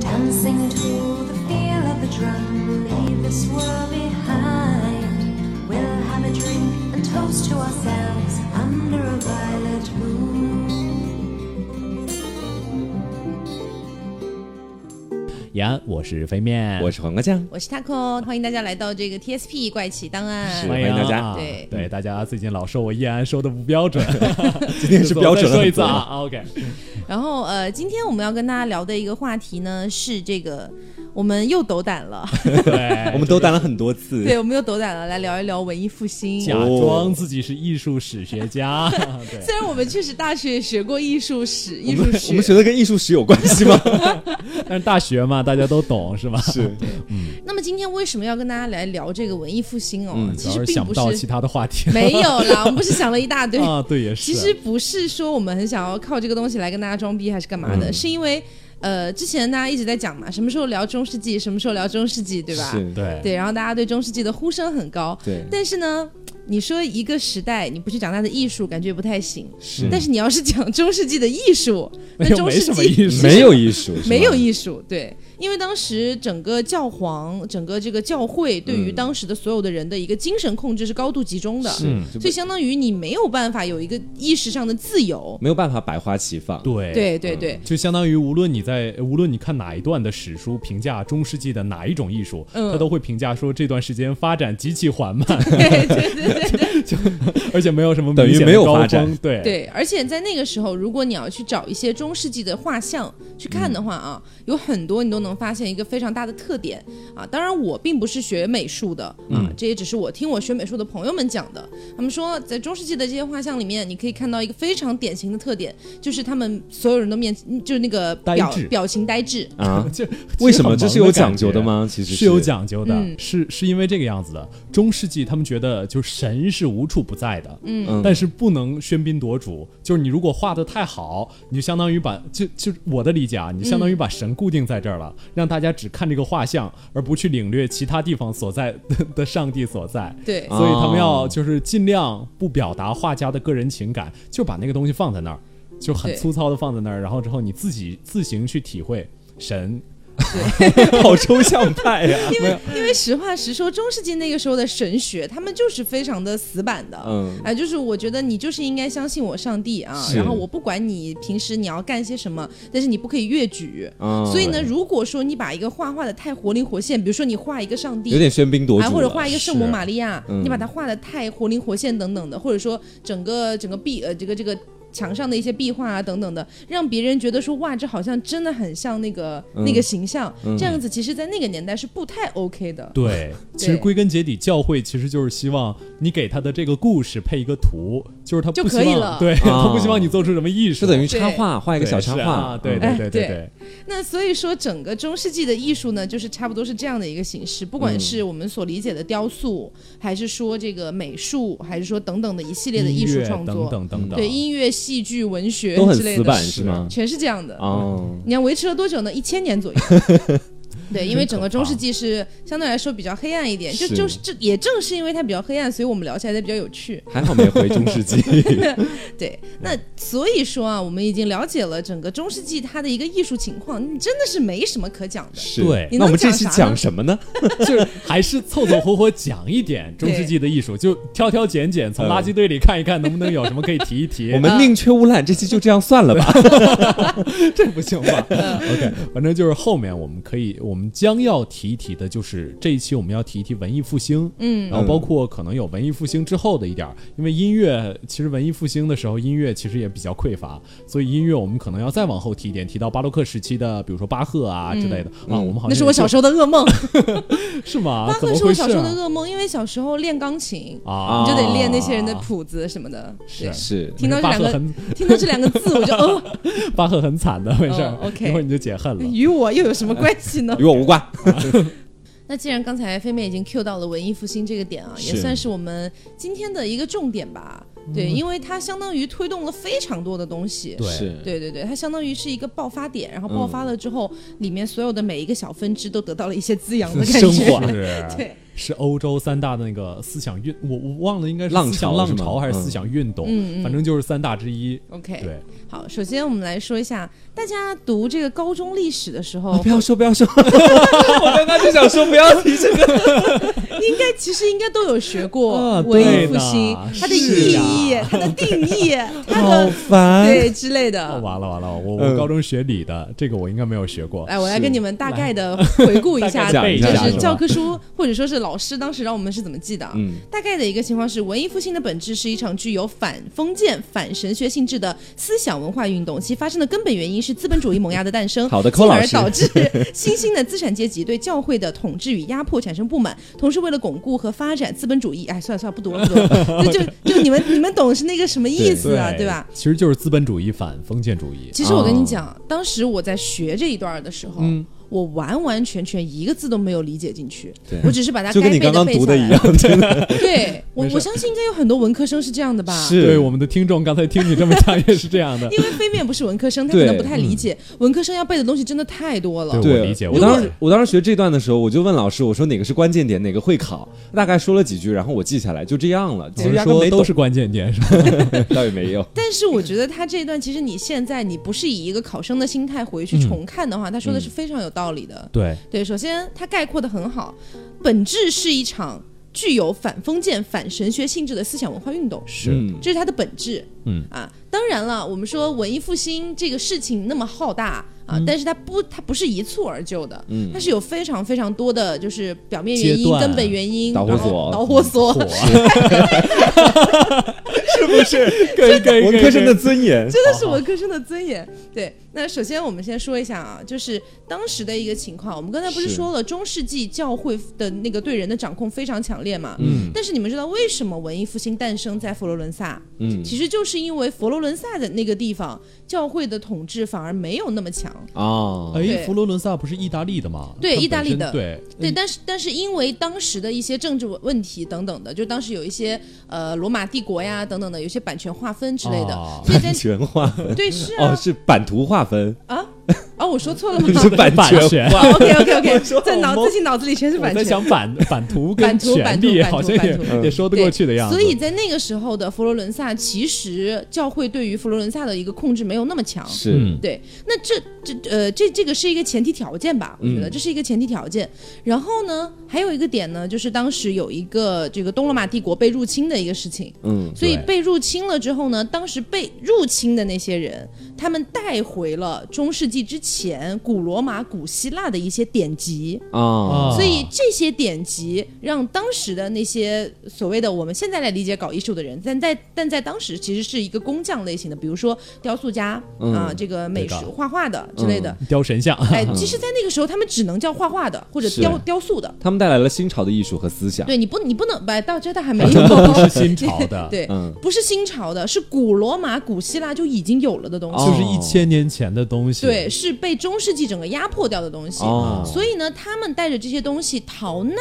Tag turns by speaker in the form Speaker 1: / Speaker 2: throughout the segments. Speaker 1: Dancing to the feel of the drum, leave this world behind. We'll have a drink and toast to ourselves under a violet moon.
Speaker 2: 延安，我是飞面，
Speaker 3: 我是黄瓜酱，
Speaker 4: 我是 Taco，欢迎大家来到这个 TSP 怪奇档案
Speaker 3: 是。
Speaker 2: 欢迎
Speaker 3: 欢迎大家
Speaker 2: 啊
Speaker 4: 对
Speaker 2: 对大家最近老说我叶安说的不标准，
Speaker 3: 今天 是标准
Speaker 2: 再
Speaker 3: 了
Speaker 2: 说一
Speaker 3: 很
Speaker 2: 次
Speaker 3: 多
Speaker 2: 啊
Speaker 3: 吗。
Speaker 2: 啊，OK，
Speaker 4: 然后呃，今天我们要跟大家聊的一个话题呢是这个，我们又斗胆了，
Speaker 2: 对，
Speaker 3: 我们都打了很多次，
Speaker 4: 对，我们又斗胆了，来聊一聊文艺复兴。
Speaker 2: 假装自己是艺术史学 家，对。
Speaker 4: 虽然我们确实大学学过艺术史，
Speaker 3: 我
Speaker 4: 艺术
Speaker 3: 们我们
Speaker 4: 史。
Speaker 3: 学的跟艺术史有关系 吗？
Speaker 2: 但是大学嘛，大家都懂是吧？
Speaker 3: 是，
Speaker 4: 那么今天为什么要跟大家来聊这个文艺复兴哦？
Speaker 3: 嗯
Speaker 2: 主
Speaker 4: 其
Speaker 2: 要
Speaker 4: 实
Speaker 2: 是
Speaker 4: 并
Speaker 2: 想
Speaker 4: 不
Speaker 2: 不到其
Speaker 4: 是，
Speaker 2: 他的话题了。
Speaker 4: 没有啦，我们不是想了一大 堆，
Speaker 2: 啊，对，也是。
Speaker 4: 其实不是说我们很想要靠这个东西来跟大家装逼还是干嘛的，是因为呃，之前大家一直在讲嘛，什么时候聊中世纪，什么时候聊中世纪，对吧？
Speaker 3: 是，
Speaker 2: 对
Speaker 4: 对，然后大家对中世纪的呼声很高，
Speaker 3: 对
Speaker 4: 但是呢。你说一个时代，你不去讲它的艺术，感觉不太行。
Speaker 3: 是
Speaker 4: 但是你要是讲中世纪的艺术，那
Speaker 2: 又
Speaker 4: 中
Speaker 2: 没
Speaker 4: 世
Speaker 2: 什么
Speaker 4: 纪
Speaker 2: 艺术，
Speaker 3: 没有艺术，是吧
Speaker 4: 没有艺术，对，因为当时整个教皇、整个这个教会对于当时的所有的人的一个精神控制是高度集中的，
Speaker 3: 是就
Speaker 4: 所以相当于你没有办法有一个意识上的自由。
Speaker 3: 没有办法百花齐放。
Speaker 2: 对。
Speaker 4: 对对对，
Speaker 2: 就相当于无论你在无论你看哪一段的史书评价中世纪的哪一种艺术，
Speaker 4: 嗯
Speaker 2: 他都会评价说这段时间发展极其缓 慢，
Speaker 4: 对对对对
Speaker 2: 而且没有什么
Speaker 3: 等于
Speaker 2: 明显的
Speaker 3: 没有
Speaker 2: 高
Speaker 3: 发展
Speaker 2: 峰对
Speaker 4: 对，而且在那个时候，如果你要去找一些中世纪的画像去看的话
Speaker 2: 嗯
Speaker 4: 啊，有很多你都能发现一个非常大的特点啊。当然，我并不是学美术的啊，
Speaker 2: 嗯
Speaker 4: 这也只是我听我学美术的朋友们讲的。他们说，在中世纪的这些画像里面，你可以看到一个非常典型的特点，就是他们所有人的面就是那个
Speaker 2: 呆
Speaker 4: 表
Speaker 2: 滞
Speaker 4: 表情呆滞。
Speaker 3: 啊
Speaker 2: ，就
Speaker 3: 为什么
Speaker 2: 其
Speaker 3: 这
Speaker 2: 实很
Speaker 3: 是有
Speaker 2: 萌的感
Speaker 3: 讲究的
Speaker 2: 觉啊
Speaker 3: 吗？其实
Speaker 2: 是有，讲究的，
Speaker 4: 嗯
Speaker 2: 是是因为这个样子的。中世纪他们觉得就是神是无处不在的，
Speaker 3: 嗯
Speaker 2: 但是不能喧宾夺主。就是你如果画的太好，你就相当于把就就我的理解啊，你相当于把神固定在这儿了，让大家只看这个画像，而不去领略其他地方所在 的上帝所在。
Speaker 4: 对，
Speaker 2: 所以他们要
Speaker 3: 哦
Speaker 2: 就是尽量不表达画家的个人情感，就把那个东西放在那儿，就很
Speaker 4: 对
Speaker 2: 粗糙的放在那儿，然后之后你自己自行去体会神。
Speaker 3: 好抽象派啊呀。
Speaker 4: 因为因为实话实说，中世纪那个时候的神学，他们就是非常的死板的，
Speaker 3: 嗯
Speaker 4: 哎，就是我觉得你就是应该相信我上帝啊，
Speaker 3: 是
Speaker 4: 然后我不管你平时你要干些什么，但是你不可以越矩。
Speaker 3: 啊
Speaker 4: 所以呢，，如果说你把一个画画的太活灵活现，比如说你画一个上帝，
Speaker 3: 有点喧宾夺主
Speaker 4: 啊，
Speaker 3: 了，
Speaker 4: 或者画一个圣母
Speaker 2: 是
Speaker 4: 玛利亚，
Speaker 3: 嗯
Speaker 4: 你把它画的太活灵活现等等的，或者说整个整个壁呃这个这个墙上的一些壁画啊等等的，让别人觉得说哇，这好像真的很像那个、
Speaker 3: 嗯
Speaker 4: 那个形象，
Speaker 3: 嗯
Speaker 4: 这样子其实，在那个年代是不太 OK 的。
Speaker 2: 对，其实归根结底，教会其实就是希望你给他的这个故事配一个图，就是他
Speaker 4: 就
Speaker 2: 不希
Speaker 4: 可以
Speaker 2: 望
Speaker 4: 了
Speaker 2: 对、
Speaker 3: 啊
Speaker 2: 他不希望你做出什么艺术，
Speaker 3: 就等于
Speaker 2: 对
Speaker 3: 插画，画一个小插
Speaker 2: 是
Speaker 3: 画
Speaker 2: 啊，对对
Speaker 3: 嗯
Speaker 2: 对
Speaker 4: 哎对
Speaker 2: 对，
Speaker 4: 那所以说，整个中世纪的艺术呢，就是差不多是这样的一个形式，
Speaker 3: 嗯
Speaker 4: 不管是我们所理解的雕塑，还是说这个美术，还是说等等的一系列的艺
Speaker 2: 音
Speaker 4: 术
Speaker 2: 乐
Speaker 4: 创
Speaker 2: 等
Speaker 4: 作，
Speaker 2: 等
Speaker 3: 嗯
Speaker 2: 等等，
Speaker 4: 对音乐、戏剧、文学
Speaker 3: 都很
Speaker 4: 之类
Speaker 3: 死
Speaker 4: 的，
Speaker 3: 板
Speaker 4: 是
Speaker 3: 是吗？
Speaker 4: 全是这样的。
Speaker 3: 哦，
Speaker 4: 你看维持了多久呢？一千年 左右。对，因为整个中世纪是相对来说比较黑暗一点，就是就是这也正是因为它比较黑暗，所以我们聊起来才比较有趣。
Speaker 3: 还好没回中世 纪。
Speaker 4: 对，那所以说啊，我们已经了解了整个中世纪它的一个艺术情况，你真的是没什么可讲的。
Speaker 3: 是
Speaker 2: 对
Speaker 4: 你
Speaker 3: 那我们这
Speaker 4: 能讲
Speaker 3: 期
Speaker 4: 啥呢
Speaker 3: 讲什么呢？
Speaker 2: 就是还是凑凑合合讲一点中世纪的艺术，就挑挑拣拣，从垃圾堆里看一看能不能有什么可以提一提。
Speaker 3: 嗯 我们宁缺毋滥，这期就这样算了吧。
Speaker 2: 嗯 这不行吧？OK，反正就是后面我们可以，我们将要提一提的，就是这一期我们要提一提文艺复兴，嗯，然后包括可能有文艺复兴之后的一点儿，因为音乐其实文艺复兴的时候音乐其实也比较匮乏，所以音乐我们可能要再往后提一点，提到巴洛克时期的，比如说巴赫啊之类的、啊，我们好像
Speaker 4: 嗯那是我小时候的噩梦，
Speaker 2: 候是吗？
Speaker 4: 巴
Speaker 2: 怎
Speaker 4: 赫
Speaker 2: 么
Speaker 4: 是我
Speaker 2: 回事
Speaker 4: 小时候的
Speaker 2: 啊？
Speaker 4: 噩梦，因为小时候练钢琴，
Speaker 2: 啊
Speaker 4: 你就得练那些人的谱子什么的。对，
Speaker 3: 是
Speaker 4: 听到这
Speaker 2: 巴
Speaker 4: 两
Speaker 2: 赫
Speaker 4: 个
Speaker 2: 很
Speaker 4: 听到这两个字，我就哦，
Speaker 2: 巴赫很惨的，没事儿
Speaker 4: 哦，OK
Speaker 2: 一会儿你就解 恨了。
Speaker 4: 与我又有什么关系呢
Speaker 3: 与？我无关。
Speaker 4: 那既然刚才飞妹已经 cue 到了文艺复兴这个点啊，也
Speaker 3: 是
Speaker 4: 算是我们今天的一个重点吧。对，因为它相当于推动了非常多的东西。
Speaker 2: 嗯对嗯
Speaker 3: 是，
Speaker 4: 对对对，它相当于是一个爆发点，然 后 爆发了之后，里面所有的每一个小分支都得到了一些滋养的感觉。
Speaker 2: 升华
Speaker 4: 对，
Speaker 2: 啊是欧洲三大的那个思想运，我我忘了应该是思
Speaker 3: 浪
Speaker 2: 想
Speaker 3: 潮
Speaker 2: 浪
Speaker 3: 是吗
Speaker 2: 潮还是思
Speaker 3: 嗯
Speaker 2: 想运动，
Speaker 4: 嗯嗯
Speaker 2: 反正就是三大之一。
Speaker 4: OK，
Speaker 2: 对，
Speaker 4: 好，首先我们来说一下，大家读这个高中历史的时候，
Speaker 3: 哦 不要说，不要说， 我刚刚就想说不要 提这个。
Speaker 4: 应该其实应该都有学过
Speaker 2: 啊
Speaker 4: 文艺
Speaker 2: 对
Speaker 4: 复
Speaker 2: 的
Speaker 4: 兴，它的
Speaker 2: 是啊
Speaker 4: 意
Speaker 2: 呀
Speaker 4: 义、它的定 义、它
Speaker 3: 好
Speaker 4: 的
Speaker 3: 烦，
Speaker 4: 对之类
Speaker 2: 哦，
Speaker 4: 的。
Speaker 2: 完了完了，我
Speaker 3: 嗯
Speaker 2: 我高中学理的，这个我应该没有学过。
Speaker 4: 哎来，我来跟你们大概的回顾一下，
Speaker 2: 大概
Speaker 3: 背一
Speaker 4: 就
Speaker 3: 下
Speaker 4: 是
Speaker 3: 是吧
Speaker 4: 教科书或者说是老师当时让我们是怎么记的啊。
Speaker 3: 嗯
Speaker 4: 大概的一个情况是，文艺复兴的本质是一场具有反封建、反神学性质的思想文化运动，其发生的根本原因是资本主义萌芽的诞生，
Speaker 3: 好的
Speaker 4: 进
Speaker 3: 寇老
Speaker 4: 而
Speaker 3: 师
Speaker 4: 导致新兴的资产阶级对教会的统治与压迫产生不满，同时为了巩固和发展资本主义，哎，算了算了，不读了不读 了，就就就你们你们懂是那个什么意思啊，对吧？？
Speaker 2: 其实就是资本主义反封建主义。
Speaker 4: 其实我跟你
Speaker 3: 哦
Speaker 4: 讲，当时我在学这一段儿的时候，
Speaker 3: 嗯
Speaker 4: 我完完全全一个字都没有理解进去
Speaker 3: 对，
Speaker 4: 我只是把它
Speaker 3: 就
Speaker 4: 该
Speaker 3: 跟你
Speaker 4: 背
Speaker 3: 刚
Speaker 4: 的
Speaker 3: 刚
Speaker 4: 背
Speaker 3: 读
Speaker 4: 下
Speaker 3: 的
Speaker 4: 来
Speaker 3: 一
Speaker 4: 了。
Speaker 3: 样，真的
Speaker 4: 对我
Speaker 2: 没，事
Speaker 4: 我相信应该有很多文科生是这样的吧？
Speaker 3: 是
Speaker 2: 对我们的听众刚才听你这么讲也是这样的。
Speaker 4: 因为飞面不是文科生，他可能
Speaker 3: 对嗯
Speaker 4: 不太理解、文科生要背的东西真的太多了。
Speaker 2: 对
Speaker 3: 对，
Speaker 2: 我理解我
Speaker 3: 我当
Speaker 2: 理
Speaker 3: 时
Speaker 2: 解
Speaker 3: 我当时学这段的时候，我就问老师，我说哪个是关键点，哪个会考？大概说了几句，然后我记下来，就这样了。其
Speaker 2: 我
Speaker 3: 实
Speaker 2: 是
Speaker 3: 压根
Speaker 2: 说
Speaker 3: 没
Speaker 2: 都
Speaker 3: 懂
Speaker 2: 是，关键点，是吧？
Speaker 3: 倒也没有。
Speaker 4: 但是我觉得他这一段，其实你现在你不是以一个考生的心态回
Speaker 3: 嗯
Speaker 4: 去重看的话，他说的是非常有道理的。
Speaker 2: 对，
Speaker 4: 对，首先他概括的很好，本质是一场具有反封建、反神学性质的思想文化运动。
Speaker 2: 是
Speaker 3: 嗯
Speaker 4: 这是它的本质。
Speaker 2: 嗯
Speaker 4: 啊，当然了，我们说文艺复兴这个事情那么浩大啊，
Speaker 3: 嗯
Speaker 4: 但是它不，它不是一蹴而就的，它是有非常非常多的就是表面原
Speaker 2: 阶
Speaker 4: 因、
Speaker 2: 段
Speaker 4: 根本原因，
Speaker 3: 导火
Speaker 4: 然后
Speaker 3: 索嗯
Speaker 4: 导火索。
Speaker 3: 是不是
Speaker 2: 可以可
Speaker 3: 文科生的尊严？
Speaker 4: 真的是文科生的尊严。对，那首先我们先说一下啊，就是当时的一个情况。我们刚才不是
Speaker 3: 是
Speaker 4: 说了，中世纪教会的那个对人的掌控非常强烈嘛。
Speaker 3: 嗯。
Speaker 4: 但是你们知道为什么文艺复兴诞生在佛罗伦萨？
Speaker 3: 嗯
Speaker 4: 其实就是因为佛罗伦萨的那个地方，教会的统治反而没有那么强。
Speaker 3: 啊，
Speaker 2: 哎，
Speaker 4: 对
Speaker 2: 佛罗伦萨不是意大利的吗？它本
Speaker 4: 对
Speaker 2: 身
Speaker 4: 意大利的
Speaker 2: 对，
Speaker 4: 对，但是但是因为当时的一些政治问题等等的，就当时有一些呃罗马帝国呀等等的，有些版权划分之类的，
Speaker 2: 啊
Speaker 4: 所 以在
Speaker 3: 全划分
Speaker 4: 哎对是啊
Speaker 3: 哦，是版图划分，
Speaker 4: 啊啊我 说错了吗？
Speaker 3: 是版
Speaker 2: 版权
Speaker 3: 权划。
Speaker 4: OK OK
Speaker 2: 说
Speaker 4: OK，在 脑
Speaker 2: 我懵
Speaker 4: 自己脑子里全是
Speaker 2: 我
Speaker 4: 版
Speaker 2: 在
Speaker 4: 权。
Speaker 2: 想 版版图跟
Speaker 4: 版图
Speaker 2: 权
Speaker 4: 版图
Speaker 2: 利
Speaker 4: 版图
Speaker 2: 好像也
Speaker 4: 版
Speaker 2: 也说得过去的样子。
Speaker 4: 所以在那个时候的佛罗伦萨，其实教会对于佛罗伦萨的一个控制没有那么强。
Speaker 3: 是
Speaker 2: 嗯，
Speaker 4: 对，那这这呃，这这个是一个前提条件吧？我觉得
Speaker 3: 嗯
Speaker 4: 这是一个前提条件。然后呢，还有一个点呢，就是当时有一个这个东罗马帝国被入侵的一个事情，
Speaker 3: 嗯
Speaker 4: 所以
Speaker 2: 对
Speaker 4: 被入侵了之后呢，当时被入侵的那些人，他们带回了中世纪之前古罗马、古希腊的一些典籍，
Speaker 3: 啊，
Speaker 2: 啊
Speaker 4: 哦所以这些典籍让当时的那些所谓的我们现在来理解搞艺术的人，但在但在当时其实是一个工匠类型的，比如说雕塑家、
Speaker 3: 嗯
Speaker 4: 啊，这个美
Speaker 2: 对的嗯
Speaker 4: 术、画画的之类的。
Speaker 2: 雕神像，
Speaker 4: 哎，其实，在那个时候，他们只能叫画画的 或者
Speaker 3: 是
Speaker 4: 雕雕塑的。
Speaker 3: 他们带来了新潮的艺术和思想。
Speaker 4: 对，你不你不能哎，到这他还没有
Speaker 2: 不是新潮的
Speaker 4: 对，
Speaker 3: 嗯
Speaker 4: 不是新潮的，是古罗马、古希腊就已经有了的东西。
Speaker 3: 哦
Speaker 2: 就是一千年前的东西。
Speaker 4: 对，，是被中世纪整个压迫掉的东西。
Speaker 3: 哦
Speaker 4: 所以呢，他们带着这些东西逃难，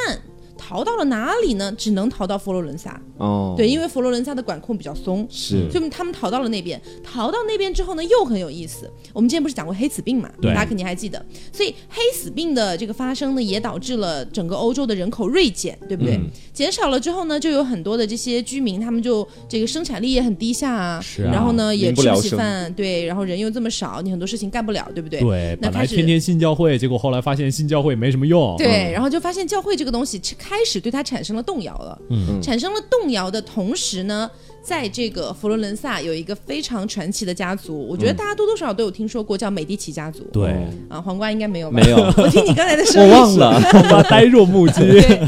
Speaker 4: 逃到了哪里呢？只能逃到佛罗伦萨。
Speaker 3: 哦，
Speaker 4: 对，因为佛罗伦萨的管控比较松，
Speaker 3: 是
Speaker 4: 所以他们逃到了那边。逃到那边之后呢，又很有意思。我们之前不是讲过黑死病嘛？
Speaker 2: 对
Speaker 4: 大家肯定还记得。所以黑死病的这个发生呢，也导致了整个欧洲的人口锐减，对不对？
Speaker 2: 嗯
Speaker 4: 减少了之后呢，就有很多的这些居民，他们就这个生产力也很低下啊，
Speaker 2: 是啊
Speaker 4: 然后呢也
Speaker 3: 民不
Speaker 4: 吃
Speaker 3: 聊
Speaker 4: 起
Speaker 3: 生
Speaker 4: 饭，对，然后人又这么少，你很多事情干不了，对不对？
Speaker 2: 对，
Speaker 4: 那
Speaker 2: 本
Speaker 4: 开
Speaker 2: 来
Speaker 4: 始
Speaker 2: 天天信教会，结果后来发现信教会没什么用。嗯
Speaker 3: 嗯
Speaker 4: 对，然后就发现教会这个东西其开始对它产生了动摇了。
Speaker 2: 嗯
Speaker 4: 产生了动摇的同时呢，在这个佛罗伦萨有一个非常传奇的家族，我
Speaker 3: 嗯
Speaker 4: 觉得大家多多少少都有听说过，叫美第奇家族。
Speaker 2: 对，
Speaker 3: 哦
Speaker 4: 啊，黄瓜应该没有吧？
Speaker 3: 没有
Speaker 4: 我听你刚才的声
Speaker 3: 我
Speaker 4: 音，
Speaker 3: 忘。了，
Speaker 2: 恐怕 呆若木 鸡。
Speaker 4: 对，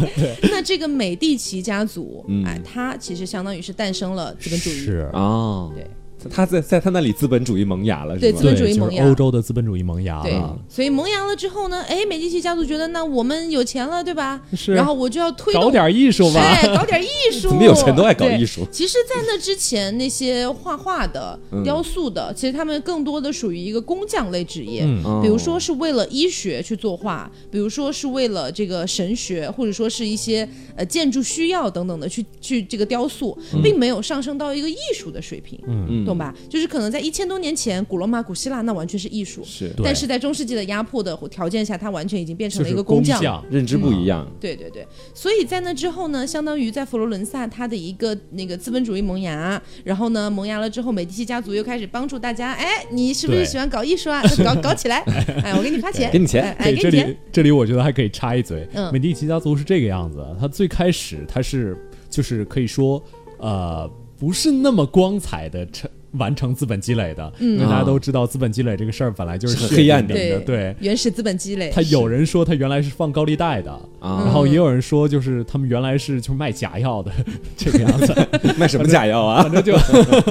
Speaker 4: 那这个美第奇家族，
Speaker 3: 嗯
Speaker 4: 哎，它其实相当于是诞生了资本主义。
Speaker 2: 是，
Speaker 3: 哦，
Speaker 4: 对，
Speaker 3: 他在在他那里资本主义萌芽了，是
Speaker 4: 对
Speaker 3: 吗
Speaker 4: 资？本主
Speaker 2: 对，
Speaker 4: 义
Speaker 2: 就
Speaker 4: 萌
Speaker 2: 是
Speaker 4: 芽
Speaker 2: 欧洲的资本主义萌
Speaker 3: 啊
Speaker 2: 芽啊
Speaker 4: 对
Speaker 2: 了，，
Speaker 4: 所以萌芽了之后呢，哎，美第奇家族觉得，那我们有钱了，对吧？
Speaker 2: 是
Speaker 4: 然后我就要推
Speaker 2: 搞
Speaker 4: 动
Speaker 2: 点艺术吧。
Speaker 4: 哎，搞点艺术。
Speaker 3: 怎么有钱都爱搞艺术
Speaker 4: 对其实，在那之前，那些画画的、
Speaker 2: 嗯
Speaker 4: 雕塑的，其实他们更多的属于一个工匠类职业。
Speaker 2: 嗯
Speaker 3: 哦
Speaker 4: 比如说是为了医学去作画，比如说是为了这个神学，或者说是一些呃建筑需要等等的去去这个雕塑，并没有上升到一个艺术的水平，
Speaker 2: 嗯
Speaker 3: 嗯
Speaker 4: 懂吧？就是可能在一千多年前，古罗马、古希腊那完全是艺术，
Speaker 3: 是
Speaker 2: 对
Speaker 4: 但是在中世纪的压迫的条件下，它完全已经变成
Speaker 2: 就
Speaker 4: 了一
Speaker 2: 是
Speaker 4: 个
Speaker 2: 工
Speaker 4: 匠。
Speaker 2: 匠，
Speaker 3: 认知不一样，
Speaker 4: 对对对，所以在那之后呢，相当于在佛罗伦萨，它的一个那个资本主义萌芽，然后呢，萌芽了之后，美第奇家族又开始帮助大家，哎，你是不
Speaker 2: 对
Speaker 4: 是喜欢搞艺术啊？那搞搞起来，哎，我给你发钱，
Speaker 3: 给你钱
Speaker 4: 哎哎，
Speaker 2: 对，
Speaker 4: 给
Speaker 2: 这
Speaker 4: 你钱
Speaker 2: 里，这里我觉得还可以插一嘴，
Speaker 4: 嗯
Speaker 2: 美第奇家族是这个样子，他最开始他是就是可以说，呃，不是那么光彩的成。完成资本积累的，因为大家都知道资本积累这个事儿本来就是
Speaker 3: 啊是很
Speaker 2: 血
Speaker 3: 黑暗
Speaker 2: 淋淋
Speaker 4: 嗯对
Speaker 2: 的，对，
Speaker 4: 原始资本积累啊
Speaker 2: 他，有人说他原来是放高利贷的，
Speaker 3: 啊
Speaker 4: 嗯
Speaker 2: 然后也有人说就是他们原来是就是卖假药的 这个样子，
Speaker 3: 卖什么假药啊？
Speaker 2: 反正就